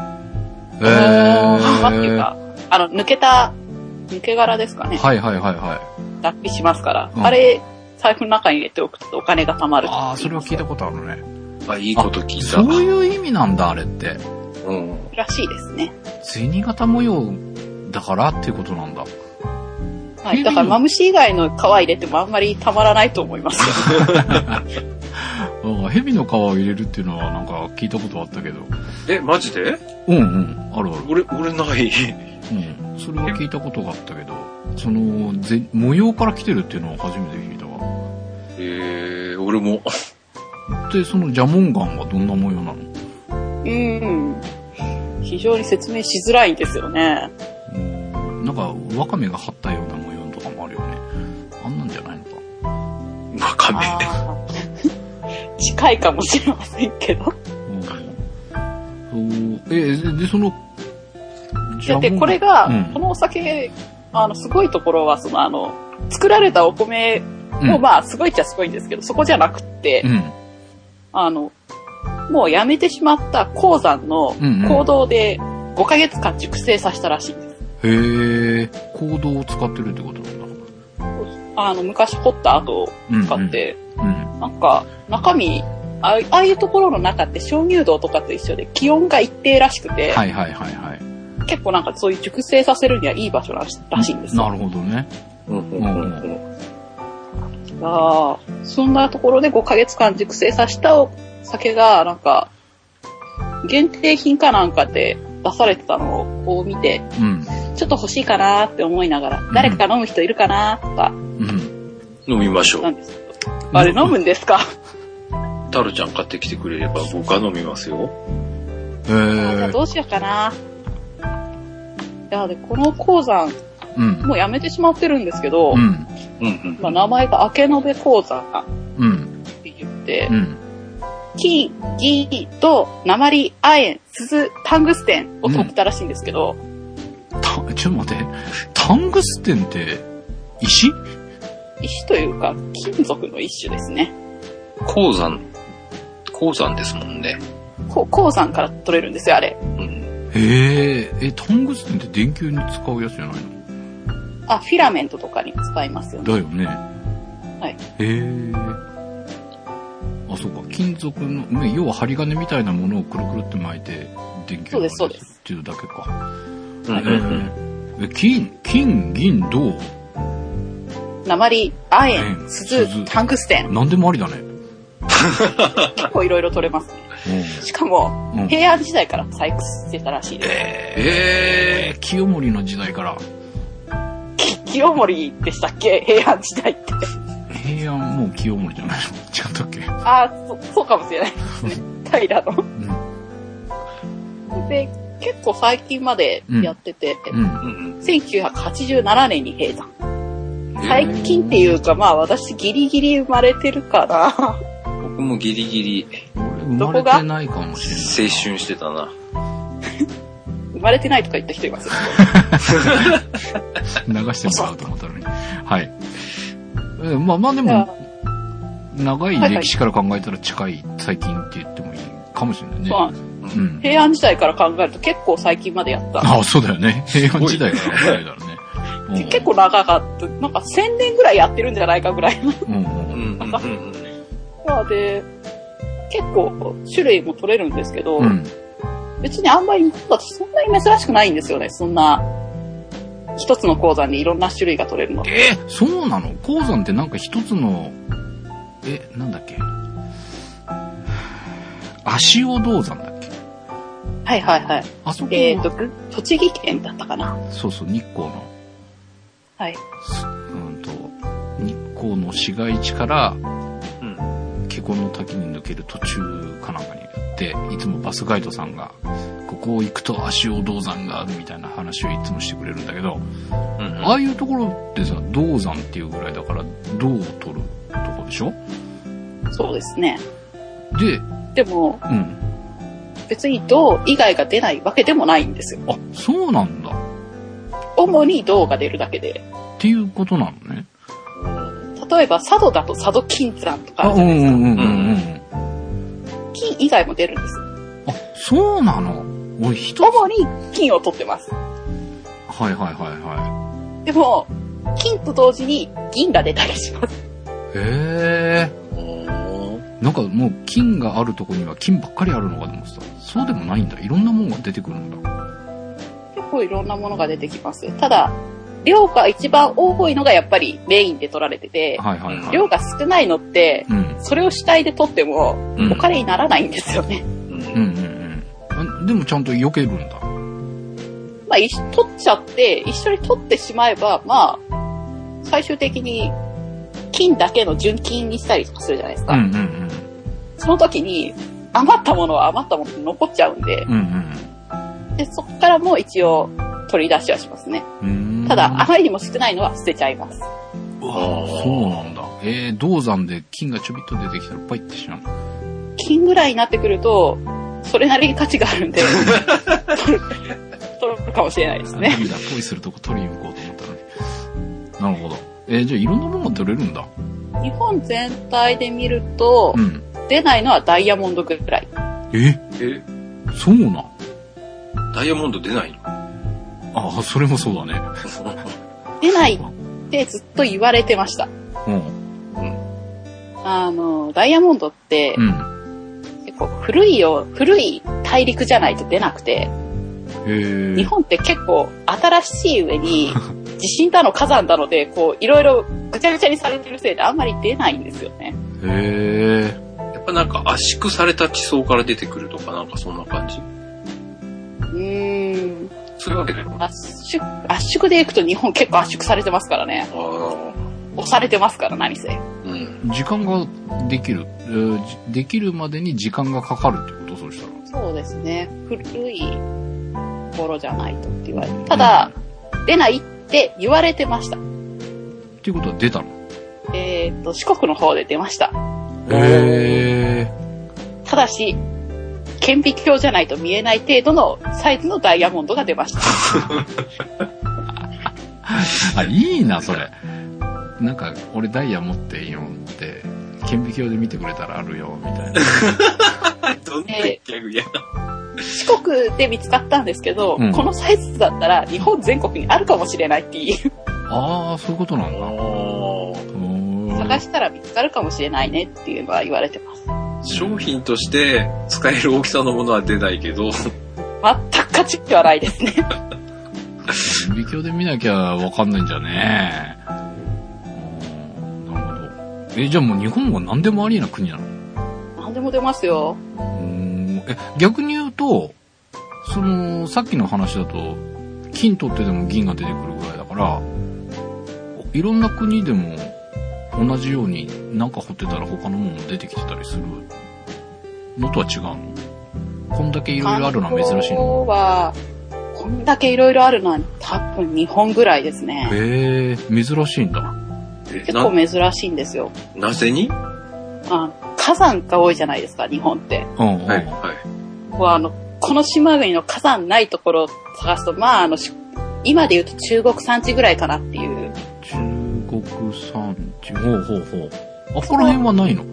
[SPEAKER 2] えー、
[SPEAKER 3] まあっていうか、あの、抜けた、抜け殻ですかね。
[SPEAKER 2] はいはいはいはい。
[SPEAKER 3] 脱皮しますから。
[SPEAKER 2] うん
[SPEAKER 3] あれ、財布の中に入れておくとお金が貯まるとか
[SPEAKER 2] ああ、それは聞いたことあるね。
[SPEAKER 1] あ、いいこと聞いた。
[SPEAKER 2] そういう意味なんだ、あれって。
[SPEAKER 1] うん。
[SPEAKER 3] らしいですね。
[SPEAKER 2] 銭形模様だからっていうことなんだ。
[SPEAKER 3] は
[SPEAKER 2] うん
[SPEAKER 3] い。だから、マムシ以外の皮入れてもあんまりたまらないと思いますよ。
[SPEAKER 2] うん蛇の皮を入れるっていうのはなんか聞いたことあったけど。
[SPEAKER 1] え、マジで
[SPEAKER 2] うんうん、あるある。
[SPEAKER 1] 俺、俺ない。
[SPEAKER 2] うん。それは聞いたことがあったけど、その、ぜ模様から来てるっていうのは初めて聞いたわ。
[SPEAKER 1] えー、俺も。
[SPEAKER 2] で、そのジャモンガンはどんな模様なの
[SPEAKER 3] うん。非常に説明しづらいんですよ ね。
[SPEAKER 2] うんなんか、ワカメが張ったような模様とかもあるよね。あんなんじゃないのか。
[SPEAKER 1] わかめ。
[SPEAKER 3] あー近いかもしれませんけど。
[SPEAKER 2] うん。そうえ、で、その、ジャモン
[SPEAKER 3] で、これが、
[SPEAKER 2] うん
[SPEAKER 3] このお酒、あの、すごいところは、その、あの、作られたお米
[SPEAKER 2] うん
[SPEAKER 3] も、まあ、すごいっちゃすごいんですけど、そこじゃなくって、
[SPEAKER 2] うん。
[SPEAKER 3] あの、もうやめてしまった鉱山の
[SPEAKER 2] うんうん
[SPEAKER 3] 行動で5ヶ月間熟成させたらしいんです。
[SPEAKER 2] へえ、行動を使ってるってことなんだ。
[SPEAKER 3] あの、昔掘った後を
[SPEAKER 2] うん、うん。
[SPEAKER 3] 使って、
[SPEAKER 2] うん。
[SPEAKER 3] なんか、中身、あああいうところの中って鍾乳洞とかと一緒で気温が一定らしくて、
[SPEAKER 2] はいはいはいはい。
[SPEAKER 3] 結構なんかそういう熟成させるにはいい場所らしらしいんですよ。
[SPEAKER 2] なるほどね。
[SPEAKER 1] うん
[SPEAKER 2] うんうん
[SPEAKER 3] ああ、そんなところで5ヶ月間熟成させたお酒が、なんか、限定品かなんかで出されてたのを見て、
[SPEAKER 2] うん。
[SPEAKER 3] ちょっと欲しいかなって思いながら、
[SPEAKER 2] ん
[SPEAKER 3] 誰か飲む人いるかなとか、
[SPEAKER 2] うん。
[SPEAKER 1] 飲みましょ
[SPEAKER 3] な
[SPEAKER 1] う。
[SPEAKER 3] んですけどあれ飲むんですか
[SPEAKER 1] タルちゃん買ってきてくれれば僕は飲みますよ。
[SPEAKER 2] へ
[SPEAKER 3] あじゃあ
[SPEAKER 2] え。
[SPEAKER 3] どうしようかな。いや、で、この鉱山、
[SPEAKER 2] うん。
[SPEAKER 3] もうやめてしまってるんですけど、
[SPEAKER 2] うん。
[SPEAKER 1] うんうん。
[SPEAKER 3] まあ、名前が明延鉱山
[SPEAKER 2] うん。
[SPEAKER 3] って言って
[SPEAKER 2] う、ん。
[SPEAKER 3] 金、銀、銅、鉛、亜鉛、鈴、タングステンを取ったらしいんですけど、
[SPEAKER 2] た、ちょっと待って。タングステンって、石
[SPEAKER 3] 石というか、金属の一種ですね。
[SPEAKER 1] 鉱山、鉱山ですもんね。
[SPEAKER 3] こ鉱山から取れるんですよ、あれ。
[SPEAKER 1] うん。
[SPEAKER 2] へえ。え、タングステンって電球に使うやつじゃないの
[SPEAKER 3] あ、フィラメントとかに使いますよね。
[SPEAKER 2] だよね。
[SPEAKER 3] い
[SPEAKER 2] へえ。あ、そうか。金属の、ね要は針金みたいなものをくるくるって巻いて、電球。
[SPEAKER 3] そうですそうです
[SPEAKER 2] っていうだけか。
[SPEAKER 1] うんうんうん。
[SPEAKER 2] え金、金、銀、銅。
[SPEAKER 3] 鉛、亜
[SPEAKER 2] 亜
[SPEAKER 3] 鉛、
[SPEAKER 2] 鉛
[SPEAKER 3] 鈴
[SPEAKER 2] 鈴、
[SPEAKER 3] タングステン。
[SPEAKER 2] 何でもありだね。
[SPEAKER 3] 結構いろいろ取れますね。しかも、
[SPEAKER 2] うん。うん、え
[SPEAKER 3] 平安時代から採掘してたらしいです。
[SPEAKER 1] え
[SPEAKER 2] ー清盛の時代から。
[SPEAKER 3] き清盛でしたっけ平安時代って。
[SPEAKER 2] 平安もう清盛じゃないの違ったっけ
[SPEAKER 3] ああ、そそうかもしれないですね。平の。
[SPEAKER 2] う
[SPEAKER 3] で、結構最近までやってて、
[SPEAKER 2] ん。
[SPEAKER 1] ー。うん
[SPEAKER 3] 1987年に閉山。
[SPEAKER 1] うん。
[SPEAKER 3] 最
[SPEAKER 1] えー
[SPEAKER 3] 近っていうか、まあ私ギリギリ生まれてるかな。
[SPEAKER 1] 僕もギリギリ
[SPEAKER 2] うん。俺生まれてないかもしれない。
[SPEAKER 1] 青春してたな。
[SPEAKER 3] 生まれてないとか言った人いますよ。
[SPEAKER 2] 流してもらうと思ったのに。はい。えーまあまあで
[SPEAKER 3] じゃ
[SPEAKER 2] も、長い歴史から考えたら近い最近って言ってもいいかもしれないね。
[SPEAKER 3] あまあ
[SPEAKER 2] うん。
[SPEAKER 3] 平安時代から考えると結構最近までやった。
[SPEAKER 2] ああ、そうだよ ね。平安時代から考えたらね。うん
[SPEAKER 3] 結構長かった。なんか1000年ぐらいやってるんじゃないかぐらいの。
[SPEAKER 2] うん
[SPEAKER 1] う
[SPEAKER 2] うんん。
[SPEAKER 1] うんうんうん。
[SPEAKER 3] で、結構種類も取れるんですけど、
[SPEAKER 2] うん。
[SPEAKER 3] 別にあんまり日本だとそんなに珍しくないんですよね。そんな、一つの鉱山にいろんな種類が取れるの。
[SPEAKER 2] えーそうなの鉱山ってなんか一つの、え、なんだっけ足尾銅山だっけ
[SPEAKER 3] はいはいはい。
[SPEAKER 2] あそこの、
[SPEAKER 3] えっ、と、栃木県だったかな。
[SPEAKER 2] そうそう、日光の、
[SPEAKER 3] はい。
[SPEAKER 2] すうんと、日光の市街地から、
[SPEAKER 1] うん
[SPEAKER 2] 華厳の滝に抜ける途中かなんかにあって、いつもバスガイドさんが、ここを行くと足尾銅山があるみたいな話をいつもしてくれるんだけど、
[SPEAKER 1] うんうん
[SPEAKER 2] ああいうところってさ、銅山っていうぐらいだから、銅を取るとこでしょ
[SPEAKER 3] そうですね。
[SPEAKER 2] で、
[SPEAKER 3] でも、
[SPEAKER 2] うん。
[SPEAKER 3] 別に銅以外が出ないわけでもないんですよ。
[SPEAKER 2] あ、そうなんだ。
[SPEAKER 3] 主に銅が出るだけで。
[SPEAKER 2] っていうことなのね。
[SPEAKER 3] 例えば、佐渡だと佐渡金山とかあ
[SPEAKER 2] あ、
[SPEAKER 3] る
[SPEAKER 2] う
[SPEAKER 3] じゃ
[SPEAKER 2] ん
[SPEAKER 3] な
[SPEAKER 2] う
[SPEAKER 3] い
[SPEAKER 2] ん
[SPEAKER 3] ですか。
[SPEAKER 2] うんうんうん。
[SPEAKER 3] 金以外も出るんです。
[SPEAKER 2] あ、そうなの俺一つ。
[SPEAKER 3] 主に金を取ってます。
[SPEAKER 2] はいはいはいはい。
[SPEAKER 3] でも、金と同時に銀が出たりします。
[SPEAKER 2] へえ。
[SPEAKER 1] うん
[SPEAKER 2] なんかもう金があるとこには金ばっかりあるのかと思ってた。そうでもないんだ。いろんなもんが出てくるんだ。
[SPEAKER 3] 結構いろんなものが出てきます。ただ、量が一番多いのがやっぱりメインで取られてて、
[SPEAKER 2] はいはいはい。
[SPEAKER 3] 量が少ないのって、
[SPEAKER 2] うん。
[SPEAKER 3] それを主体で取っても
[SPEAKER 1] うん
[SPEAKER 3] お金にならないんですよね。
[SPEAKER 1] うん
[SPEAKER 2] うんうんうんあ。でもちゃんと避けるんだ。
[SPEAKER 3] まあ、一緒取っちゃって、一緒に取ってしまえば、まあ、最終的に金だけの純金にしたりとかするじゃないですか。
[SPEAKER 2] うんうんうん。
[SPEAKER 3] その時に余ったものは余ったものに残っちゃうんで、
[SPEAKER 2] うん
[SPEAKER 3] でそこからも一応取り出しはしますね。
[SPEAKER 2] うんうん。
[SPEAKER 3] ただ、あ
[SPEAKER 2] あ、
[SPEAKER 3] まりにも少ないのは捨てちゃいます。
[SPEAKER 2] そうなんだ。えー、銅山で金がちょびっと出てきたらパイってしなう。
[SPEAKER 3] 金ぐらいになってくると、それなりに価値があるん で、取る、取るかもしれないですね。
[SPEAKER 2] 無理だ。恋するとこ取りに行こうと思ったのに。なるほど。えー、じゃあいろんなもんが取れるんだ。
[SPEAKER 3] 日本全体で見ると
[SPEAKER 2] う、ん。
[SPEAKER 3] 出ないのはダイヤモンドぐらい。
[SPEAKER 2] え、
[SPEAKER 1] え、
[SPEAKER 2] そうなん。
[SPEAKER 1] ダイヤモンド出ないの
[SPEAKER 2] ああ、それもそうだね。
[SPEAKER 3] 出ないってずっと言われてました。
[SPEAKER 2] うん。
[SPEAKER 3] あの、ダイヤモンドって
[SPEAKER 2] う、ん。
[SPEAKER 3] 結構古いよ、古い大陸じゃないと出なくて、
[SPEAKER 2] へえ。
[SPEAKER 3] 日本って結構新しい上に、地震だの火山だので、こう、いろいろぐちゃぐちゃにされてるせいであんまり出ないんですよね。
[SPEAKER 2] へえ。
[SPEAKER 1] やっぱなんか圧縮された地層から出てくるとかなんかそんな感じ
[SPEAKER 3] うーん。
[SPEAKER 1] そういうわけでもあ
[SPEAKER 3] 圧縮、圧縮でいくと日本結構圧縮されてますからね。
[SPEAKER 1] あ、
[SPEAKER 3] 押されてますから、何せ。
[SPEAKER 1] うん。
[SPEAKER 2] 時間ができる、えーじできるまでに時間がかかるってことそうしたら。
[SPEAKER 3] そうですね。古い頃じゃないとって言われて。ただ、出ないって言われてました。
[SPEAKER 2] っていうことは出たの
[SPEAKER 3] えっ、と、四国の方で出ました。
[SPEAKER 2] へえ。
[SPEAKER 3] ただし、顕微鏡じゃないと見えない程度のサイズのダイヤモンドが出ました。
[SPEAKER 2] あ、いいな、それ。なんか、俺ダイヤ持ってんよって、顕微鏡で見てくれたらあるよ、みた いな。
[SPEAKER 1] どんな
[SPEAKER 3] え
[SPEAKER 1] ギャグやだ。
[SPEAKER 3] 四国で見つかったんですけど、
[SPEAKER 2] うん
[SPEAKER 3] このサイズだったら日本全国にあるかもしれないっていう、
[SPEAKER 2] ああ、そういうことなんだ。
[SPEAKER 1] あ
[SPEAKER 3] 探
[SPEAKER 2] 探
[SPEAKER 3] したら見つかるかもしれないねっていうのは言われてます。
[SPEAKER 1] あ商品として使える大きさのものは出ないけ ど、
[SPEAKER 3] 全く価値はないですね。
[SPEAKER 2] 顕微鏡で見なきゃわかんないんじゃねえ。うんなるほど。え、じゃあもう日本は何でもありな国なの
[SPEAKER 3] 何でも出ますよ。
[SPEAKER 2] うーんえ逆に言うとそのさっきの話だと金取ってでも銀が出てくるぐらいだからいろんな国でも同じようになんか掘ってたら他のものも出てきてたりするのとは違うのこんだけいろいろあるのは珍しい
[SPEAKER 3] 観
[SPEAKER 2] の
[SPEAKER 3] 光は、こんだけいろいろあるのは多分日本ぐらいですね。
[SPEAKER 2] へえ珍しいんだ
[SPEAKER 1] え
[SPEAKER 3] 結構
[SPEAKER 1] な、
[SPEAKER 3] 珍しいんですよ。
[SPEAKER 1] なぜに
[SPEAKER 3] あ火山が多いじゃないですか、日本って。
[SPEAKER 2] うんうん、
[SPEAKER 1] はい。はい。
[SPEAKER 3] ここはあの、この島国の火山ないところを探すと、まあ、あの、し今で言うと中国産地ぐらいかなっていう。
[SPEAKER 2] 中国産地。ほうほうほう。あ、ここら辺はないの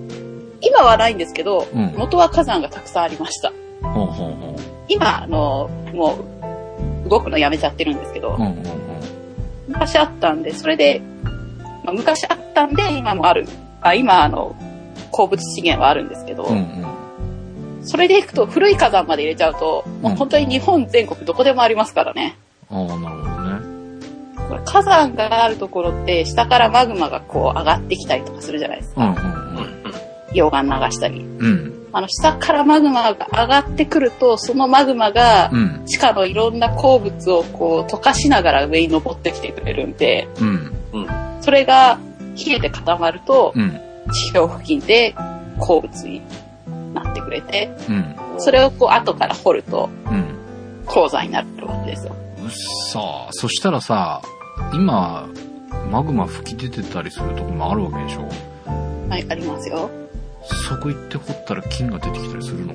[SPEAKER 3] 今はないんですけど、
[SPEAKER 2] うん
[SPEAKER 3] 元は火山がたくさんありました。
[SPEAKER 2] ほうほうほ
[SPEAKER 3] 今、あの、もう、動くのやめちゃってるんですけ
[SPEAKER 2] う。
[SPEAKER 3] ど
[SPEAKER 2] う、んうんうん。
[SPEAKER 3] 昔あったんで、それで、まあ、昔あったんで、今もある。あ今、あの、鉱物資源はあるんですけど、
[SPEAKER 2] うんうん。
[SPEAKER 3] それでいくと古い火山まで入れちゃうと、もう本当に日本全国どこでもありますからね。
[SPEAKER 2] ああ、なるほどね。
[SPEAKER 3] これ火山があるところって、下からマグマがこう上がってきたりとかするじゃないです
[SPEAKER 2] うん
[SPEAKER 3] か。溶岩流したり。
[SPEAKER 2] うんうん。
[SPEAKER 3] あの、下からマグマが上がってくると、そのマグマが
[SPEAKER 2] う、ん。
[SPEAKER 3] 地下のいろんな鉱物をこう溶かしながら上に登ってきてくれるんで、
[SPEAKER 2] うん。
[SPEAKER 3] それが冷えて固まると、
[SPEAKER 2] うん。
[SPEAKER 3] 地表付近で鉱物になってくれて、
[SPEAKER 2] うん。
[SPEAKER 3] それをこう後から掘ると
[SPEAKER 2] うん。
[SPEAKER 3] 鉱山になるってわけですよ。
[SPEAKER 2] うっさーそしたらさ、今、マグマ吹き出てたりするとこもあるわけでしょ
[SPEAKER 3] はい、ありますよ。
[SPEAKER 2] そこ行って掘ったら金が出てきたりするの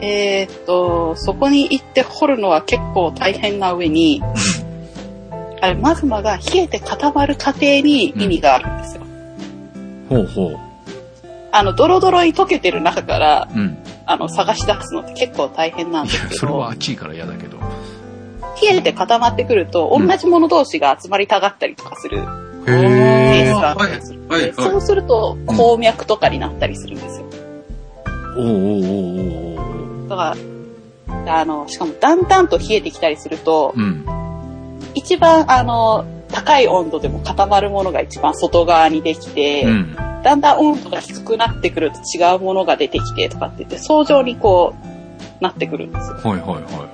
[SPEAKER 3] えーっと、そこに行って掘るのは結構大変な上に、あれ、マグマが冷えて固まる過程に意味があるんですよ。
[SPEAKER 2] ほうほう。
[SPEAKER 3] あの、ドロドロに溶けてる中から、
[SPEAKER 2] うん。
[SPEAKER 3] あの、探し出すのって結構大変なん
[SPEAKER 2] い
[SPEAKER 3] です
[SPEAKER 2] や、
[SPEAKER 3] け
[SPEAKER 2] それ
[SPEAKER 3] ど
[SPEAKER 2] は、暑いから嫌だけど。へ
[SPEAKER 3] 冷えて固まってくると、
[SPEAKER 2] うん
[SPEAKER 3] 同じもの同士が集まりたがったりとかするケース
[SPEAKER 1] え
[SPEAKER 3] があったりするん
[SPEAKER 1] はいは
[SPEAKER 3] で、
[SPEAKER 1] いはい
[SPEAKER 3] そうすると、鉱脈とかになったりするんですよ。
[SPEAKER 2] おうおうおうおうおう
[SPEAKER 3] だから、あの、しかもだんだんと冷えてきたりすると、
[SPEAKER 2] うん。
[SPEAKER 3] 一番あの、高い温度でも固まるものが一番外側にできて、
[SPEAKER 2] うん。
[SPEAKER 3] だんだん温度が低くなってくると違うものが出てきてとかって言って、相乗にこう、なってくるんですよ。
[SPEAKER 2] はいはいは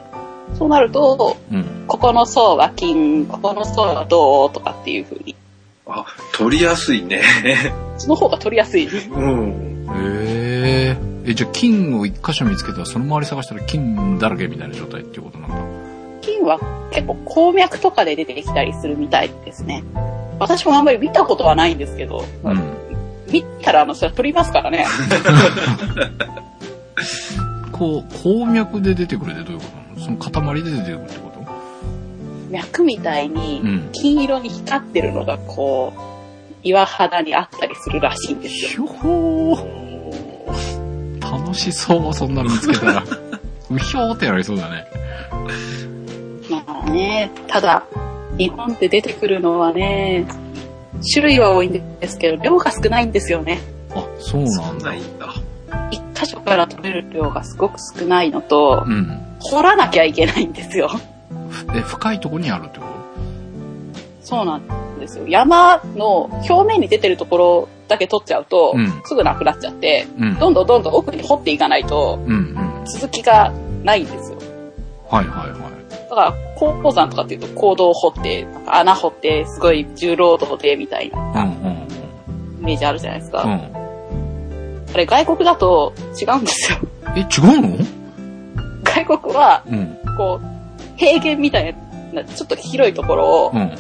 [SPEAKER 3] そうなると、
[SPEAKER 2] い。うん。
[SPEAKER 3] ここの層は金、ここの層は銅とかっていう風に、
[SPEAKER 1] あ、取りやすいね。
[SPEAKER 3] その方が取りやすいで す。
[SPEAKER 1] うん。
[SPEAKER 2] へえ。え、じゃあ金を一箇所見つけたらその周り探したら金だらけみたいな状態っていうことなんだ。
[SPEAKER 3] 金は結構鉱脈とかで出てきたりするみたいですね。私もあんまり見たことはないんですけど、
[SPEAKER 2] うん。
[SPEAKER 3] 見たらあの、それ取りますからね。
[SPEAKER 2] こう、鉱脈で出てくるってどういうことなのその塊で出てくるってこと
[SPEAKER 3] 脈みたいに
[SPEAKER 2] うん
[SPEAKER 3] 金色に光ってるのがこう、岩肌にあったりするらしいんですよ。
[SPEAKER 2] ひょほー。楽しそう、そんなの見つけた ら。うひょーってなりそうだね。
[SPEAKER 3] まあね、ただ、日本って出てくるのはね、種類は多いんですけど、量が少ないんですよね。
[SPEAKER 2] あ、そう
[SPEAKER 1] そ
[SPEAKER 2] なんん
[SPEAKER 1] な
[SPEAKER 2] だ
[SPEAKER 1] い。んだ。
[SPEAKER 3] 一箇所から取れる量がすごく少ないのと
[SPEAKER 2] う、ん。
[SPEAKER 3] 掘らなきゃいけないんですよ。
[SPEAKER 2] え、深いとこにあるってこと
[SPEAKER 3] そうなんですよ。山の表面に出てるところだけ取っちゃうと、
[SPEAKER 2] うん
[SPEAKER 3] すぐなくなっちゃって、
[SPEAKER 2] うん。
[SPEAKER 3] どんどんどんどん奥に掘っていかないと、
[SPEAKER 2] うんうん。
[SPEAKER 3] 続きがないんですよ。
[SPEAKER 2] はいはいはい。
[SPEAKER 3] だから、鉱山とかっていうと、坑道を掘って、なんか穴掘って、すごい重労働で、みたいな
[SPEAKER 2] うんうん
[SPEAKER 3] イメージあるじゃないですか。
[SPEAKER 2] うん。
[SPEAKER 3] あれ、外国だと違うんですよ。
[SPEAKER 2] え、違うの
[SPEAKER 3] 外国は、
[SPEAKER 2] うん。
[SPEAKER 3] こう、平原みたいな、ちょっと広いところ
[SPEAKER 2] う
[SPEAKER 3] を、
[SPEAKER 2] ん。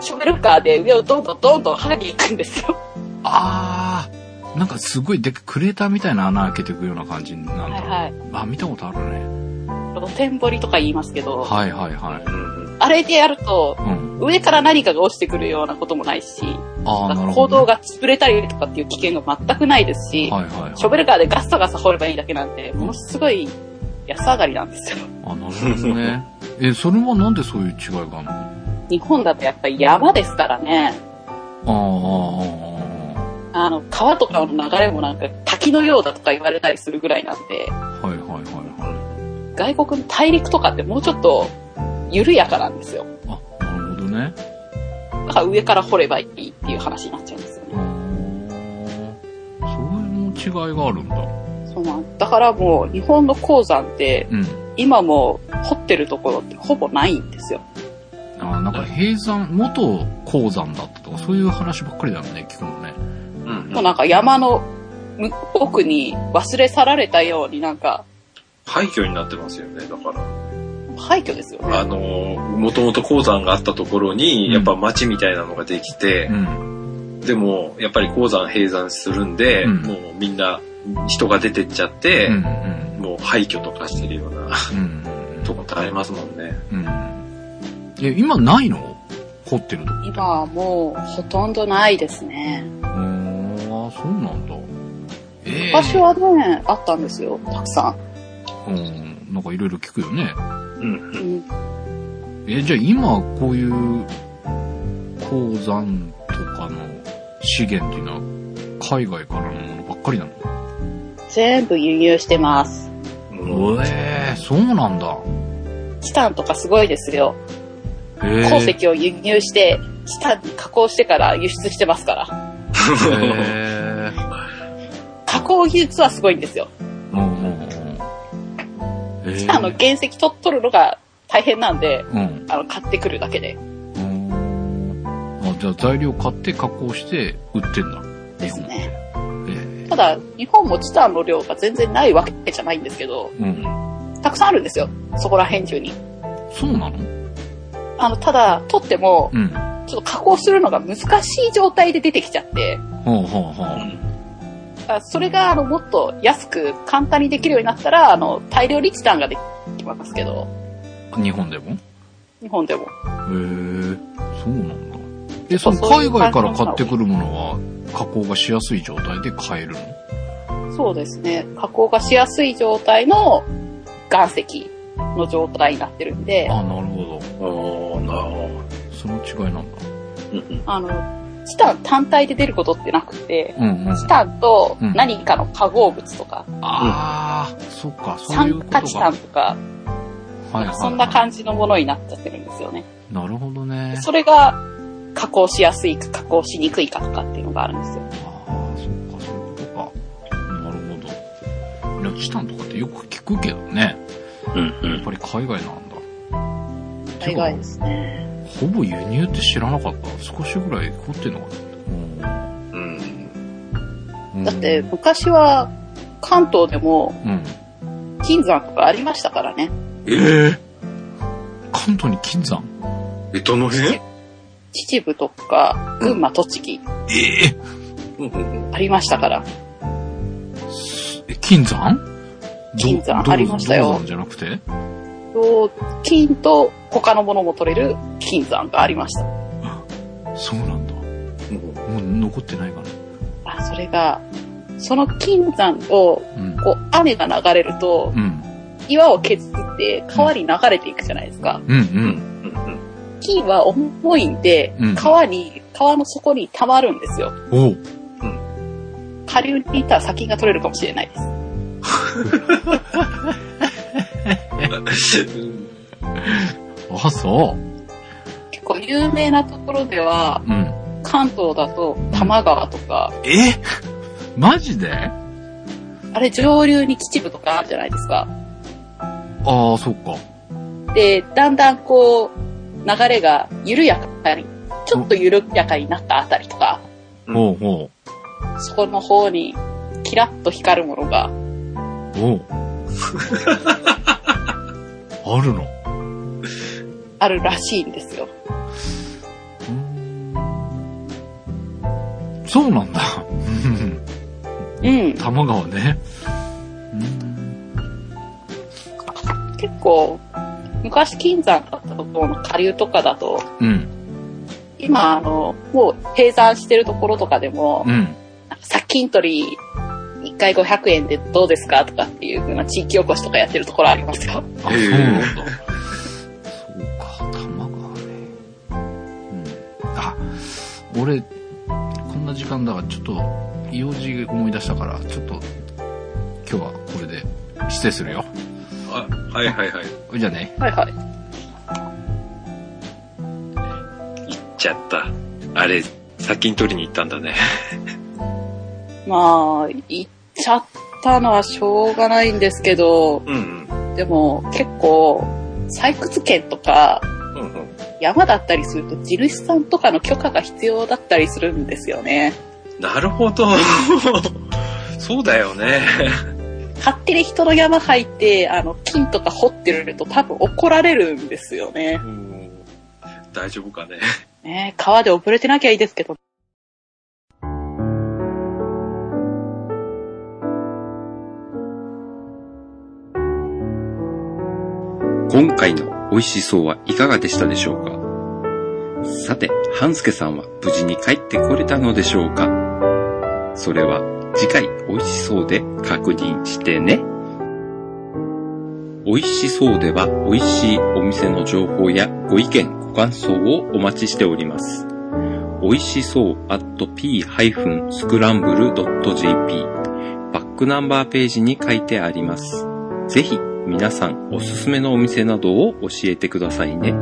[SPEAKER 3] ショベルカーで上をどんどんどんどん剥ぎ行くんですよ。
[SPEAKER 2] あー、なんかすごいでっかいクレーターみたいな穴開けていくような感じなんだ。
[SPEAKER 3] はいはい。
[SPEAKER 2] あ、見たことあるね。
[SPEAKER 3] 露天掘りとか言いますけど、
[SPEAKER 2] はいはいはい。
[SPEAKER 1] うん。
[SPEAKER 3] あれでやると、
[SPEAKER 2] うん。
[SPEAKER 3] 上から何かが落ちてくるようなこともないし、
[SPEAKER 2] あー、なる
[SPEAKER 3] 行
[SPEAKER 2] ほ
[SPEAKER 3] 動
[SPEAKER 2] ど、ね。
[SPEAKER 3] が潰れたりとかっていう危険が全くないですし、
[SPEAKER 2] はいはいはい。
[SPEAKER 3] ショベルカーでガッサガサ掘ればいいだけなんで、ものすごい安上がりなんですよ。
[SPEAKER 2] あ、なるほどね。 え、それはなんでそういう違いがあるのあ
[SPEAKER 3] 日本だとやっぱり山ですからね、
[SPEAKER 2] ーあ
[SPEAKER 3] あの、川とかの流れもなんか滝のようだとか言われたりするぐらいなんで、
[SPEAKER 2] ー、あーはいはいはいは
[SPEAKER 3] 外国の大陸とかってもうちょっと緩やかなんですよ。
[SPEAKER 2] い。あ、なるほどね。
[SPEAKER 3] だから上から掘ればいいっていう話になっちゃうんですよ
[SPEAKER 2] あ
[SPEAKER 3] ね。
[SPEAKER 2] ーそういう違いがあるんだ。
[SPEAKER 3] そうなんだからもう日本の鉱山って
[SPEAKER 2] うん。
[SPEAKER 3] 今もう掘ってるところってほぼないんですよ。
[SPEAKER 2] あーなんか閉山、元鉱山だったとか、そういう話ばっかりだよね、聞くのね。
[SPEAKER 1] うん
[SPEAKER 3] もう。なんか山の向奥に忘れ去られたようになんか
[SPEAKER 1] 廃墟になってますよね、だから。
[SPEAKER 3] 廃墟ですよ
[SPEAKER 1] あ
[SPEAKER 3] ね。
[SPEAKER 1] のー、もともと鉱山があったところに、やっぱ町みたいなのができて、
[SPEAKER 2] うん。
[SPEAKER 1] でも、やっぱり鉱山閉山するんで、
[SPEAKER 2] うん
[SPEAKER 1] もうみんな人が出てっちゃって、
[SPEAKER 2] うんうん。
[SPEAKER 1] もう廃墟とかしてるような
[SPEAKER 2] うん。
[SPEAKER 1] とこってありますもんね。
[SPEAKER 2] うん。え、今ないの掘ってるとこ。
[SPEAKER 3] 今はもうほとんどないですね。
[SPEAKER 2] うーん、あーそうなんだ。ええ
[SPEAKER 3] 昔はね、あったんですよ、たくさ
[SPEAKER 2] うん、なんかいろいろ聞くよね。
[SPEAKER 1] うん
[SPEAKER 3] ん。うん、
[SPEAKER 2] え、じゃあ今こういう鉱山とかの資源っていうのは海外からのものばっかりなの
[SPEAKER 3] 全部輸入してます。
[SPEAKER 1] うん。
[SPEAKER 2] ええそうなんだ。
[SPEAKER 3] チタンとかすごいですよ。
[SPEAKER 2] え
[SPEAKER 3] 鉱石を輸入して、チタンに加工してから輸出してますから。
[SPEAKER 2] え
[SPEAKER 3] 加工技術はすごいんですよ。
[SPEAKER 2] うんうんうん。え
[SPEAKER 3] チタンの原石取取るのが大変なんで、
[SPEAKER 2] うん。
[SPEAKER 3] あの、買ってくるだけで。
[SPEAKER 2] うんあ、じゃあ材料買って加工して売ってんだ。
[SPEAKER 3] ですね。
[SPEAKER 2] え
[SPEAKER 3] ただ、日本もチタンの量が全然ないわけじゃないんですけど、
[SPEAKER 2] えうん。
[SPEAKER 3] たくさんあるんですよ。そこら辺中に。
[SPEAKER 2] そうなの
[SPEAKER 3] あの、ただ、取っても、
[SPEAKER 2] うん。
[SPEAKER 3] ちょっと加工するのが難しい状態で出てきちゃって、
[SPEAKER 2] ほうほうほう。
[SPEAKER 3] あそれが、あの、もっと安く簡単にできるようになったら、あの、大量リチタンができますけど、
[SPEAKER 2] 日本でも
[SPEAKER 3] 日本でも。
[SPEAKER 2] へえそうなんだ。え、その
[SPEAKER 3] そうい
[SPEAKER 2] 海
[SPEAKER 3] う感
[SPEAKER 2] 外
[SPEAKER 3] じ
[SPEAKER 2] から買ってくるものは加工がしやすい状態で買えるの
[SPEAKER 3] そうですね。加工がしやすい状態の岩石の状態になってるんで、
[SPEAKER 2] あ、なるほど。
[SPEAKER 1] おーなるほ
[SPEAKER 2] その違いなんだ。
[SPEAKER 1] どうん
[SPEAKER 3] あの、チタン単体で出ることってなくて、
[SPEAKER 2] うんうん。
[SPEAKER 3] チタンと
[SPEAKER 2] うん
[SPEAKER 3] 何かの化合物とか、
[SPEAKER 2] ああ、そっか、そういうこ
[SPEAKER 3] 酸
[SPEAKER 2] と
[SPEAKER 3] 化
[SPEAKER 2] か。
[SPEAKER 3] チタンとか、
[SPEAKER 2] はいはいはい
[SPEAKER 3] そんな感じのものになっちゃってるんですよね。
[SPEAKER 2] なるほどね。
[SPEAKER 3] それが加工しやすいか加工しにくいかとかっていうのがあるんですよ。
[SPEAKER 2] ああ、そっか、そういうことか。なるほど。いや、チタンとかってよく聞くけどね。
[SPEAKER 1] うんう
[SPEAKER 2] やっ
[SPEAKER 1] ん。
[SPEAKER 2] ぱり海外なんだ。
[SPEAKER 3] 大概ですね。
[SPEAKER 2] ほぼ輸入って知らなかった。少しぐらい凝ってんのかな
[SPEAKER 1] うん。
[SPEAKER 2] うん。
[SPEAKER 3] だって昔は関東でも
[SPEAKER 2] うん。
[SPEAKER 3] 金山とかありましたからね。
[SPEAKER 1] え
[SPEAKER 2] 関東に金山
[SPEAKER 1] え、どの辺
[SPEAKER 3] 秩父とか群馬、栃木
[SPEAKER 2] ええ
[SPEAKER 3] ありましたから。
[SPEAKER 2] え金山ど
[SPEAKER 3] 金山
[SPEAKER 2] どう
[SPEAKER 3] ありましたよ
[SPEAKER 2] 銅山じゃなくて
[SPEAKER 3] と金と他のものも取れる金山がありました。
[SPEAKER 2] そうなんだ。も
[SPEAKER 1] うん
[SPEAKER 2] う残ってないかな。
[SPEAKER 3] あそれが、その金山を
[SPEAKER 2] うん。
[SPEAKER 3] こう雨が流れると
[SPEAKER 2] うん。
[SPEAKER 3] 岩を削って川に流れていくじゃないですか。
[SPEAKER 2] うん
[SPEAKER 1] う
[SPEAKER 2] うん。
[SPEAKER 1] ん。
[SPEAKER 3] 金は重いんで
[SPEAKER 2] うん、
[SPEAKER 3] 川に、川の底に溜まるんですよ。
[SPEAKER 2] おう
[SPEAKER 3] 下流にいたら砂金が取れるかもしれないです。
[SPEAKER 2] あ、そう。
[SPEAKER 3] 結構有名なところでは、
[SPEAKER 2] うん。
[SPEAKER 3] 関東だと多摩川とか、
[SPEAKER 2] えマジであ
[SPEAKER 3] あれ上流に秩父とかあるじゃないですか。
[SPEAKER 2] あ、そっか。
[SPEAKER 3] で、だんだんこう、流れが緩やかに、ちょっと緩やかになったあたりとか、
[SPEAKER 1] うん
[SPEAKER 2] おうおう。
[SPEAKER 3] そこの方に、キラッと光るものが、
[SPEAKER 2] おう。 あるの
[SPEAKER 3] あるらしいんですよ。
[SPEAKER 2] そうなんだ。
[SPEAKER 3] うん。
[SPEAKER 2] 多摩川ね。
[SPEAKER 3] 結構、昔金山だったところの下流とかだと、
[SPEAKER 2] うん。
[SPEAKER 3] 今、あの、もう閉山してるところとかでも、
[SPEAKER 2] うん。
[SPEAKER 3] 殺菌取り、1回500円でどうですかとかっていう風な地域おこしとかやってるところありますよ。
[SPEAKER 2] あ、そうなんだ。そうか、多摩川ね。うん。あ、俺、こんな時間だから、ちょっと、用事思い出したから、ちょっと、今日はこれで、失礼するよ。
[SPEAKER 1] あはいはいはい。
[SPEAKER 2] じゃあね。
[SPEAKER 3] はいはい。
[SPEAKER 1] 行っちゃった。あれ、先に取りに行ったんだね。
[SPEAKER 3] まあ、行っちゃったのはしょうがないんですけど、
[SPEAKER 1] うん
[SPEAKER 3] でも結構、採掘権とか、
[SPEAKER 1] うん。うんうん。
[SPEAKER 3] 山だったりすると地主さんとかの許可が必要だったりするんですよね。
[SPEAKER 1] なるほど。そうだよね。
[SPEAKER 3] 勝手に人の山入って、あの、金とか掘ってると多分怒られるんですよね。
[SPEAKER 1] 大丈夫かね。
[SPEAKER 3] ねえ川で溺れてなきゃいいですけど。
[SPEAKER 4] 今回の美味しそうはいかがでしたでしょうかさて、半助さんは無事に帰ってこれたのでしょうかそれは次回美味しそうで確認してね。美味しそうでは美味しいお店の情報やご意見、ご感想をお待ちしております。美味しそう at p-scramble.jp バックナンバーページに書いてあります。ぜひ皆さんおすすめのお店などを教えてくださいね。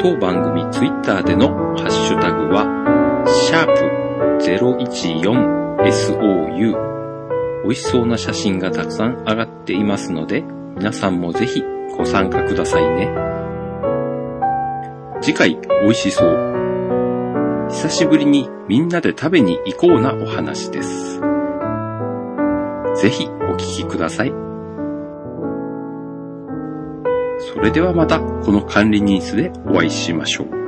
[SPEAKER 4] 当番組ツイッターでのハッシュタグは、シャープ 014SOU。美味しそうな写真がたくさん上がっていますので、皆さんもぜひご参加くださいね。次回、美味しそう。久しぶりにみんなで食べに行こうなお話です。ぜひお聞きください。それではまたこの管理ニースでお会いしましょう。